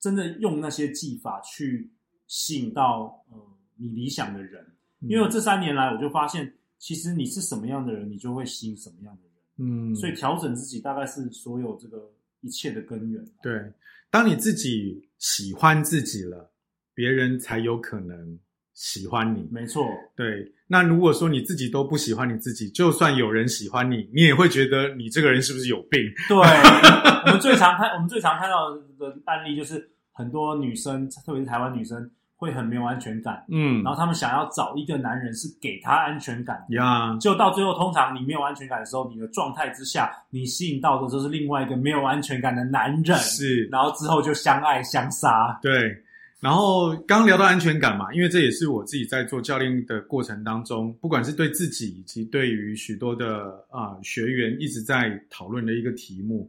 Speaker 2: 真的用那些技法去吸引到呃你理想嗯
Speaker 1: 嗯
Speaker 2: 的人。因为我这三年来，我就发现，其实你是什么样的人，你就会吸引什么样的人。
Speaker 1: 嗯，
Speaker 2: 所以调整自己大概是所有这个一切的根源。
Speaker 1: 对，当你自己喜欢自己了，别人才有可能喜欢你。
Speaker 2: 没错，
Speaker 1: 对，那如果说你自己都不喜欢你自己，就算有人喜欢你，你也会觉得你这个人是不是有病？
Speaker 2: 对，我们最常看我们最常看到的案例就是很多女生，特别是台湾女生会很没有安全感，
Speaker 1: 嗯
Speaker 2: 然后她们想要找一个男人是给她安全感的。
Speaker 1: 呀，
Speaker 2: 就到最后，通常你没有安全感的时候，你的状态之下，你吸引到的就是另外一个没有安全感的男 人，
Speaker 1: 是，
Speaker 2: 然后之后就相爱相杀。
Speaker 1: 对。然后刚聊到安全感嘛，因为这也是我自己在做教练的过程当中，不管是对自己以及对于许多的啊、呃学员一直在讨论的一个题目。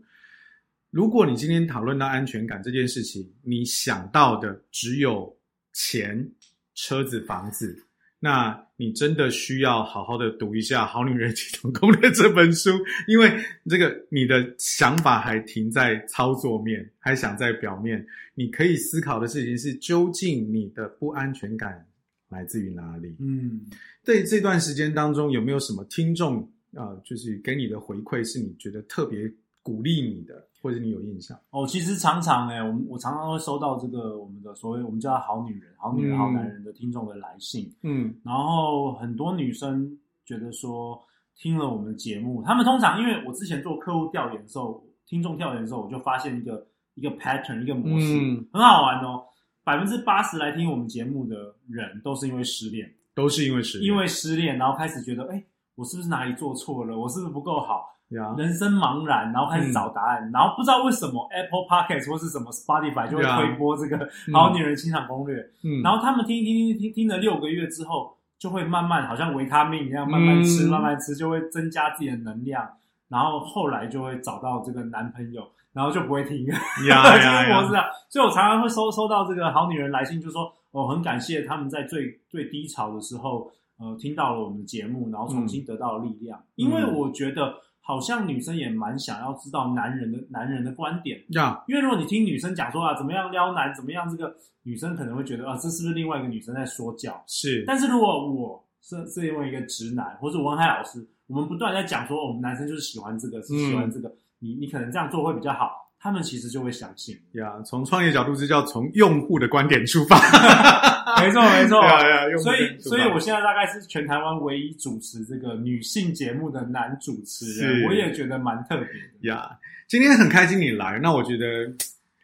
Speaker 1: 如果你今天讨论到安全感这件事情，你想到的只有钱、车子、房子，那你真的需要好好的读一下《好女人系统攻略》这本书，因为这个你的想法还停在操作面，还想在表面。你可以思考的事情是，究竟你的不安全感来自于哪里？
Speaker 2: 嗯，
Speaker 1: 对这段时间当中有没有什么听众啊、呃就是给你的回馈是你觉得特别鼓励你的，或者你有印象？
Speaker 2: 哦，其实常常哎、我们我常常会收到这个我们的所谓我们叫她好女人、好女人、
Speaker 1: 嗯
Speaker 2: 好男人的听众的来信，
Speaker 1: 嗯
Speaker 2: 然后很多女生觉得说听了我们节目，他们通常因为我之前做客户调研的时候，听众调研的时候，我就发现一个一个 pattern 一个模式，
Speaker 1: 嗯，
Speaker 2: 很好玩哦。百分之八十来听我们节目的人都是因为失恋，
Speaker 1: 都是因为时间
Speaker 2: 因为失恋，然后开始觉得，哎，我是不是哪里做错了？我是不是不够好？
Speaker 1: 呀
Speaker 2: 人生茫然，然后开始
Speaker 1: 嗯
Speaker 2: 找答案，然后不知道为什么 Apple Podcast 或是什么 Spotify 就会
Speaker 1: 对啊
Speaker 2: 推播这个
Speaker 1: 嗯
Speaker 2: 《好女人欣赏攻略》
Speaker 1: 嗯，
Speaker 2: 然后他们听听听听听了六个月之后，就会慢慢好像维他命一样，慢慢吃，
Speaker 1: 嗯
Speaker 2: 慢慢吃，就会增加自己的能量，然后后来就会找到这个男朋友，然后就不会听。
Speaker 1: 嗯呀呀
Speaker 2: 就是我知
Speaker 1: 呀，
Speaker 2: 道，所以我常常会收收到这个好女人来信，就说哦，很感谢他们在最最低潮的时候，呃，听到了我们的节目，然后重新得到了力
Speaker 1: 嗯
Speaker 2: 量。因为我觉得好像女生也蛮想要知道男人的男人的观点，
Speaker 1: 呀
Speaker 2: 因为如果你听女生讲说啊，怎么样撩男，怎么样，这个女生可能会觉得啊，这是不是另外一个女生在说教？
Speaker 1: 是
Speaker 2: 但是如果我是是因为一个直男，或是文海老师，我们不断在讲说，哦我们男生就是喜欢这个，是喜欢
Speaker 1: 嗯
Speaker 2: 这个，你你可能这样做会比较好，他们其实就会相信。
Speaker 1: 呀，从创业角度，这叫从用户的观点出发。
Speaker 2: 没错，没错
Speaker 1: 对。啊对啊用户
Speaker 2: 哦所
Speaker 1: 的观
Speaker 2: 以，
Speaker 1: 点出发
Speaker 2: 所以我现在大概是全台湾唯一主持这个女性节目的男主持人，
Speaker 1: 是
Speaker 2: 我也觉得蛮特别的。
Speaker 1: 呀今天很开心你来，那我觉得，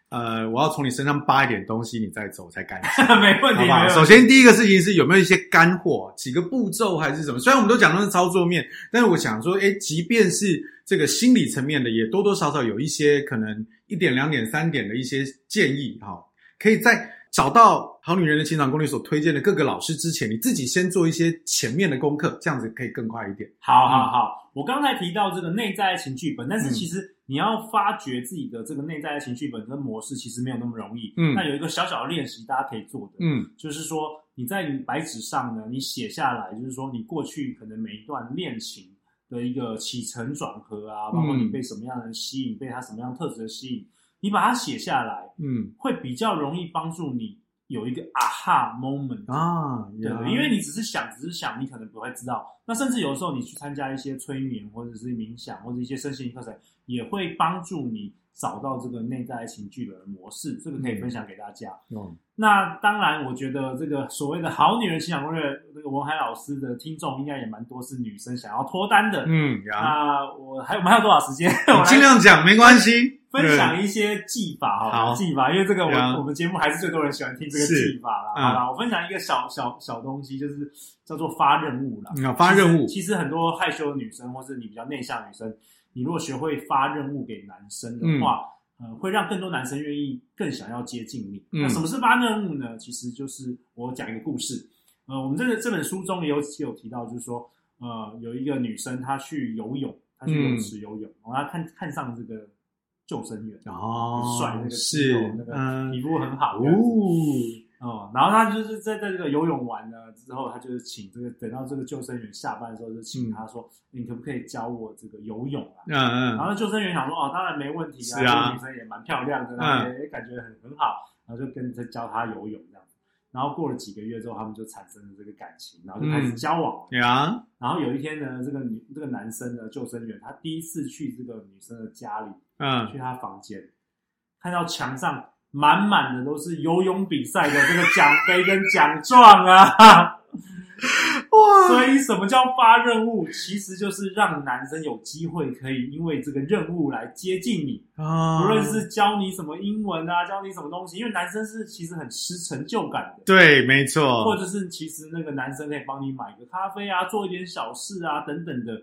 Speaker 1: 呃，我要从你身上扒一点东西，你再走才干净。
Speaker 2: 没问题，
Speaker 1: 好
Speaker 2: 没
Speaker 1: 不好？
Speaker 2: 问题。
Speaker 1: 首先第一个事情是有没有一些干货，几个步骤还是什么？虽然我们都讲的是操作面，但是我想说，哎，即便是这个心理层面的，也多多少少有一些可能一点、两点、三点的一些建议，哈，可以在找到《好女人的情场攻略》所推荐的各个老师之前，你自己先做一些前面的功课，这样子可以更快一点。
Speaker 2: 好好好，我刚才提到这个内在情绪本，但
Speaker 1: 嗯
Speaker 2: 是其实你要发掘自己的这个内在情绪本跟模式，其实没有那么容易。
Speaker 1: 嗯
Speaker 2: 那有一个小小的练习，大家可以做的，
Speaker 1: 嗯
Speaker 2: 就是说你在你白纸上呢，你写下来，就是说你过去可能每一段恋情的一个起承转合啊，包括你
Speaker 1: 嗯
Speaker 2: 被什么样的人吸引，被他什么样特质的吸引，你把它写下来，
Speaker 1: 嗯
Speaker 2: 会比较容易帮助你有一个啊哈 moment
Speaker 1: 啊，
Speaker 2: 对
Speaker 1: 呀
Speaker 2: 对，因为你只是想，只是想，你可能不会知道。那甚至有的时候，你去参加一些催眠，或者是冥想，或者一些身心灵课程，也会帮助你找到这个内在情剧本的模式。这个可以
Speaker 1: 嗯
Speaker 2: 分享给大家。
Speaker 1: 嗯
Speaker 2: 那当然，我觉得这个所谓的好女人情感攻略，那个文海老师的听众应该也蛮多是女生想要脱单 的。
Speaker 1: 嗯呀，
Speaker 2: 那我还我们还有多少时间？啊我
Speaker 1: 你
Speaker 2: 来
Speaker 1: 尽量讲没关系，
Speaker 2: 分享
Speaker 1: 对
Speaker 2: 一些技法哈，
Speaker 1: 好
Speaker 2: 技法，因为这个我
Speaker 1: 呀
Speaker 2: 我们节目还是最多人喜欢听这个
Speaker 1: 是
Speaker 2: 技法啦。
Speaker 1: 嗯
Speaker 2: 好啦，我分享一个小小小东西，就是叫做发任务啦。
Speaker 1: 嗯发任务
Speaker 2: 啊其实其实很多害羞的女生，或是你比较内向的女生，你如果学会发任务给男生的
Speaker 1: 嗯
Speaker 2: 话，呃，会让更多男生愿意更想要接近你。
Speaker 1: 嗯
Speaker 2: 那什么是发任务呢？其实就是我讲一个故事。呃，我们这个这本书中也有也有提到，就是说，呃，有一个女生她去游泳，她去泳池游泳，然后她看看上这个救生员，
Speaker 1: 嗯哦
Speaker 2: 很，帅那个肌
Speaker 1: 是
Speaker 2: 肉，那个皮
Speaker 1: 嗯
Speaker 2: 肤很好，
Speaker 1: 哦
Speaker 2: 这样子哦，然后他就是在在这个游泳完了之后，他就是请这个等到这个救生员下班的时候，就请他说：“你可不可以教我这个游泳啊？”
Speaker 1: 嗯嗯
Speaker 2: 然后救生员想说：“哦，当然没问题啊，
Speaker 1: 是啊嗯
Speaker 2: 这个女生也蛮漂亮的，然后也也感觉很很好，然后就跟着教他游泳这样子。”然后过了几个月之后，他们就产生了这个感情，然后就开
Speaker 1: 嗯
Speaker 2: 始交往了。
Speaker 1: 呀，
Speaker 2: 然后有一天呢，这个女这个男生的救生员，他第一次去这个女生的家里，
Speaker 1: 嗯，
Speaker 2: 去她房间，看到墙上满满的都是游泳比赛的这个奖杯跟奖状啊。
Speaker 1: 哇，
Speaker 2: 所以什么叫发任务？其实就是让男生有机会可以因为这个任务来接近你，
Speaker 1: 不
Speaker 2: 不论是教你什么英文啊，教你什么东西，因为男生是其实很吃成就感的。
Speaker 1: 对，没
Speaker 2: 或
Speaker 1: 错，
Speaker 2: 者是其实那个男生可以帮你买个咖啡啊，做一点小事啊等等的，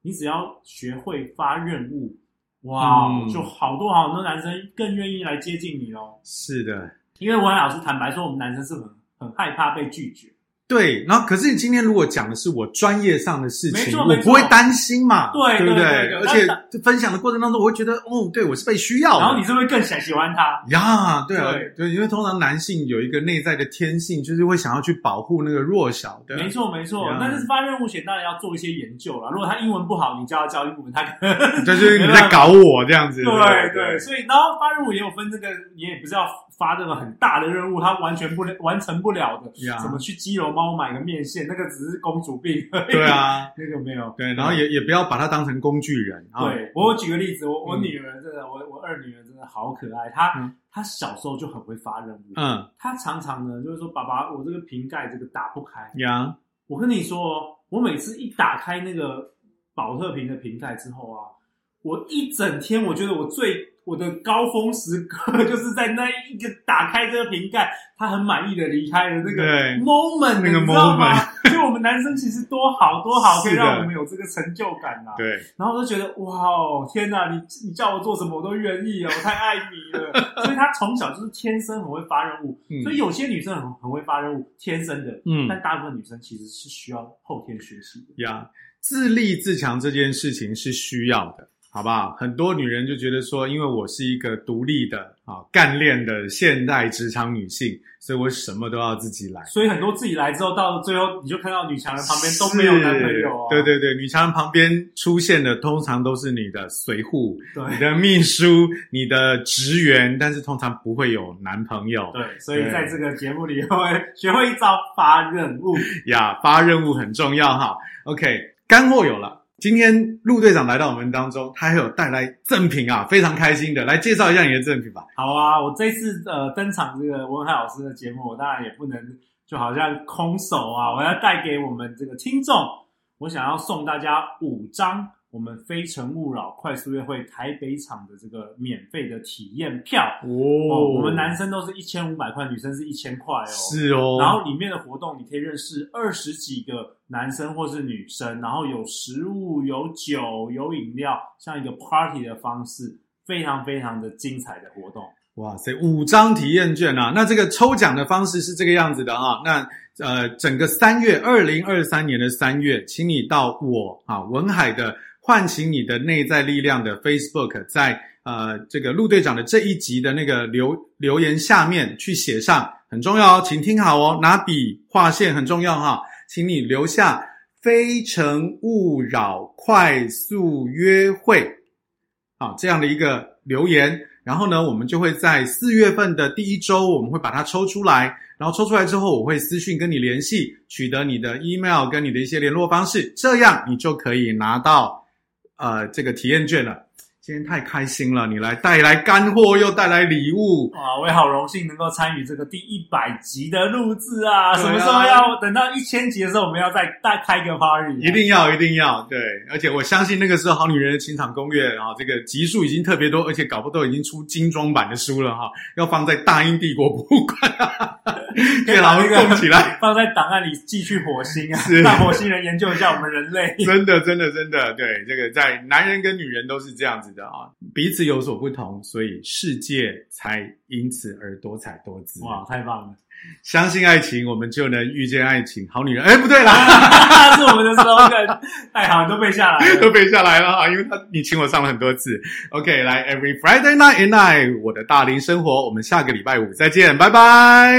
Speaker 2: 你只要学会发任务，哇，哦
Speaker 1: 嗯
Speaker 2: 就好多好多男生更愿意来接近你哦。
Speaker 1: 是的，
Speaker 2: 因为文海老师坦白说，我们男生是很很害怕被拒绝，
Speaker 1: 对。然后，可是你今天如果讲的是我专业上的事
Speaker 2: 没
Speaker 1: 情，
Speaker 2: 错
Speaker 1: 我
Speaker 2: 没
Speaker 1: 不
Speaker 2: 错
Speaker 1: 会担心嘛，
Speaker 2: 对
Speaker 1: 不
Speaker 2: 对对对
Speaker 1: 而且分享的过程当中，我会觉得，哦，对我是被需要的。
Speaker 2: 然后你是不是更想喜欢他？
Speaker 1: 呀，对啊
Speaker 2: 对，
Speaker 1: 对，因为通常男性有一个内在的天性，就是会想要去保护那个弱小的。
Speaker 2: 没错没错
Speaker 1: 对啊，
Speaker 2: 但是发任务前当然要做一些研究啦。如果他英文不好，你教他教英文，他 可能
Speaker 1: 就是你在搞我这样子。
Speaker 2: 对对，所以然后发任务也有分这个，你也不是要发这个很大的任务，他完全不了完成不了的。
Speaker 1: 呀
Speaker 2: 什么去基隆帮我买个面线，那个只是公主病而已。
Speaker 1: 对，啊，
Speaker 2: 那个没有。
Speaker 1: 对，然后也也不要把它当成工具人啊。
Speaker 2: 嗯对，我举个例子，我我
Speaker 1: 嗯
Speaker 2: 女儿真的，我我二女儿真的好可爱，她、
Speaker 1: 嗯
Speaker 2: 她小时候就很会发任务，
Speaker 1: 嗯
Speaker 2: 她常常呢就是说爸爸，我这个瓶盖这个打不开，
Speaker 1: 呀，
Speaker 2: 我跟你说哦，我每次一打开那个保特瓶的瓶盖之后啊，我一整天我觉得我最我的高峰时刻 就是在那一个打开这个瓶盖，他很满意的离开了那个
Speaker 1: 对
Speaker 2: moment，
Speaker 1: 那个
Speaker 2: 你知道吗？ 就我们男生其实多好多好，可以
Speaker 1: 是的
Speaker 2: 让我们有这个成就感呐、啊。
Speaker 1: 对，
Speaker 2: 然后我就觉得哇哦，天哪！你你叫我做什么我都愿意哦，我太爱 你了。所以他从小就是天生很会发任务，
Speaker 1: 嗯
Speaker 2: 所以有些女生很很会发任务，天生的。
Speaker 1: 嗯
Speaker 2: 但大部分女生其实是需要后天学习的。
Speaker 1: 呀，自立自强这件事情是需要的，好不好？很多女人就觉得说，因为我是一个独立的啊干练的现代职场女性，所以我什么都要自己来。
Speaker 2: 所以很多自己来之后，到最后你就看到女强人旁边都没有男朋友啊。
Speaker 1: 是对对对，女强人旁边出现的通常都是你的随护、你
Speaker 2: 对
Speaker 1: 的秘书、你的职员，但是通常不会有男朋友
Speaker 2: 对，所以在这个节目里会学会一招发任务。
Speaker 1: 呀。发任务很重要哈。OK，干货有了。今天陆队长来到我们当中，他还有带来赠品啊，非常开心的。来介绍一下你的赠品吧。
Speaker 2: 好啊，我这次呃登场这个文海老师的节目，我当然也不能就好像空手啊，我要带给我们这个听众，我想要送大家五张我们《非诚勿扰》快速约会台北场的这个免费的体验票。
Speaker 1: 哦，
Speaker 2: 哦，我们男生都是一千五百块，女生是一千块哦。。
Speaker 1: 是哦，
Speaker 2: 然后里面的活动，你可以认识二十几个男生或是女生，然后有食物、有酒、有饮料，像一个 party 的方式，非常非常的精彩的活动。
Speaker 1: 哇塞，五张体验券啊！那这个抽奖的方式是这个样子的啊。那呃，整个三月，二零二三年的三月，请你到我啊文海的唤醒你的内在力量的 Facebook，在呃这个陆队长的这一集的那个留留言下面去写上，很重要哦，请听好哦，拿笔划线很重要哈、请你留下“非诚勿扰”快速约会。啊这样的一个留言。然后呢，我们就会在四月份的第一周，我们会把它抽出来。然后抽出来之后，我会私讯跟你联系，取得你的 email 跟你的一些联络方式，这样你就可以拿到呃这个体验券了。今天太开心了，你来带来干货，又带来礼物，
Speaker 2: 哇，我也好荣幸能够参与这个第一百集的录制啊！
Speaker 1: 对啊
Speaker 2: 什么时候要等到一千集的时候，我们要再再开一个 party，啊
Speaker 1: 一定要一定要对！而且我相信那个时候《好女人的情场攻略》啊，这个集数已经特别多，而且搞不都已经出精装版的书了哈、要放在大英帝国博物馆，
Speaker 2: 可
Speaker 1: 电
Speaker 2: 以把
Speaker 1: 脑
Speaker 2: 这个
Speaker 1: 供起来。
Speaker 2: 放在档案里寄去火星啊
Speaker 1: 是，
Speaker 2: 让火星人研究一下我们人类。
Speaker 1: 真的，真的，真的，对，这个在男人跟女人都是这样子的啊、彼此有所不同，所以世界才因此而多彩多姿。
Speaker 2: 哇，太棒了！
Speaker 1: 相信爱情，我们就能遇见爱情。好女人，哎，不对啦，
Speaker 2: 是我们的 slogan，太好，都背下来
Speaker 1: 都
Speaker 2: 了。
Speaker 1: 背下来了啊，因为他你请我上了很多次。OK，来，Every Friday night and night，我的大龄生活，我们下个礼拜五再见，拜拜。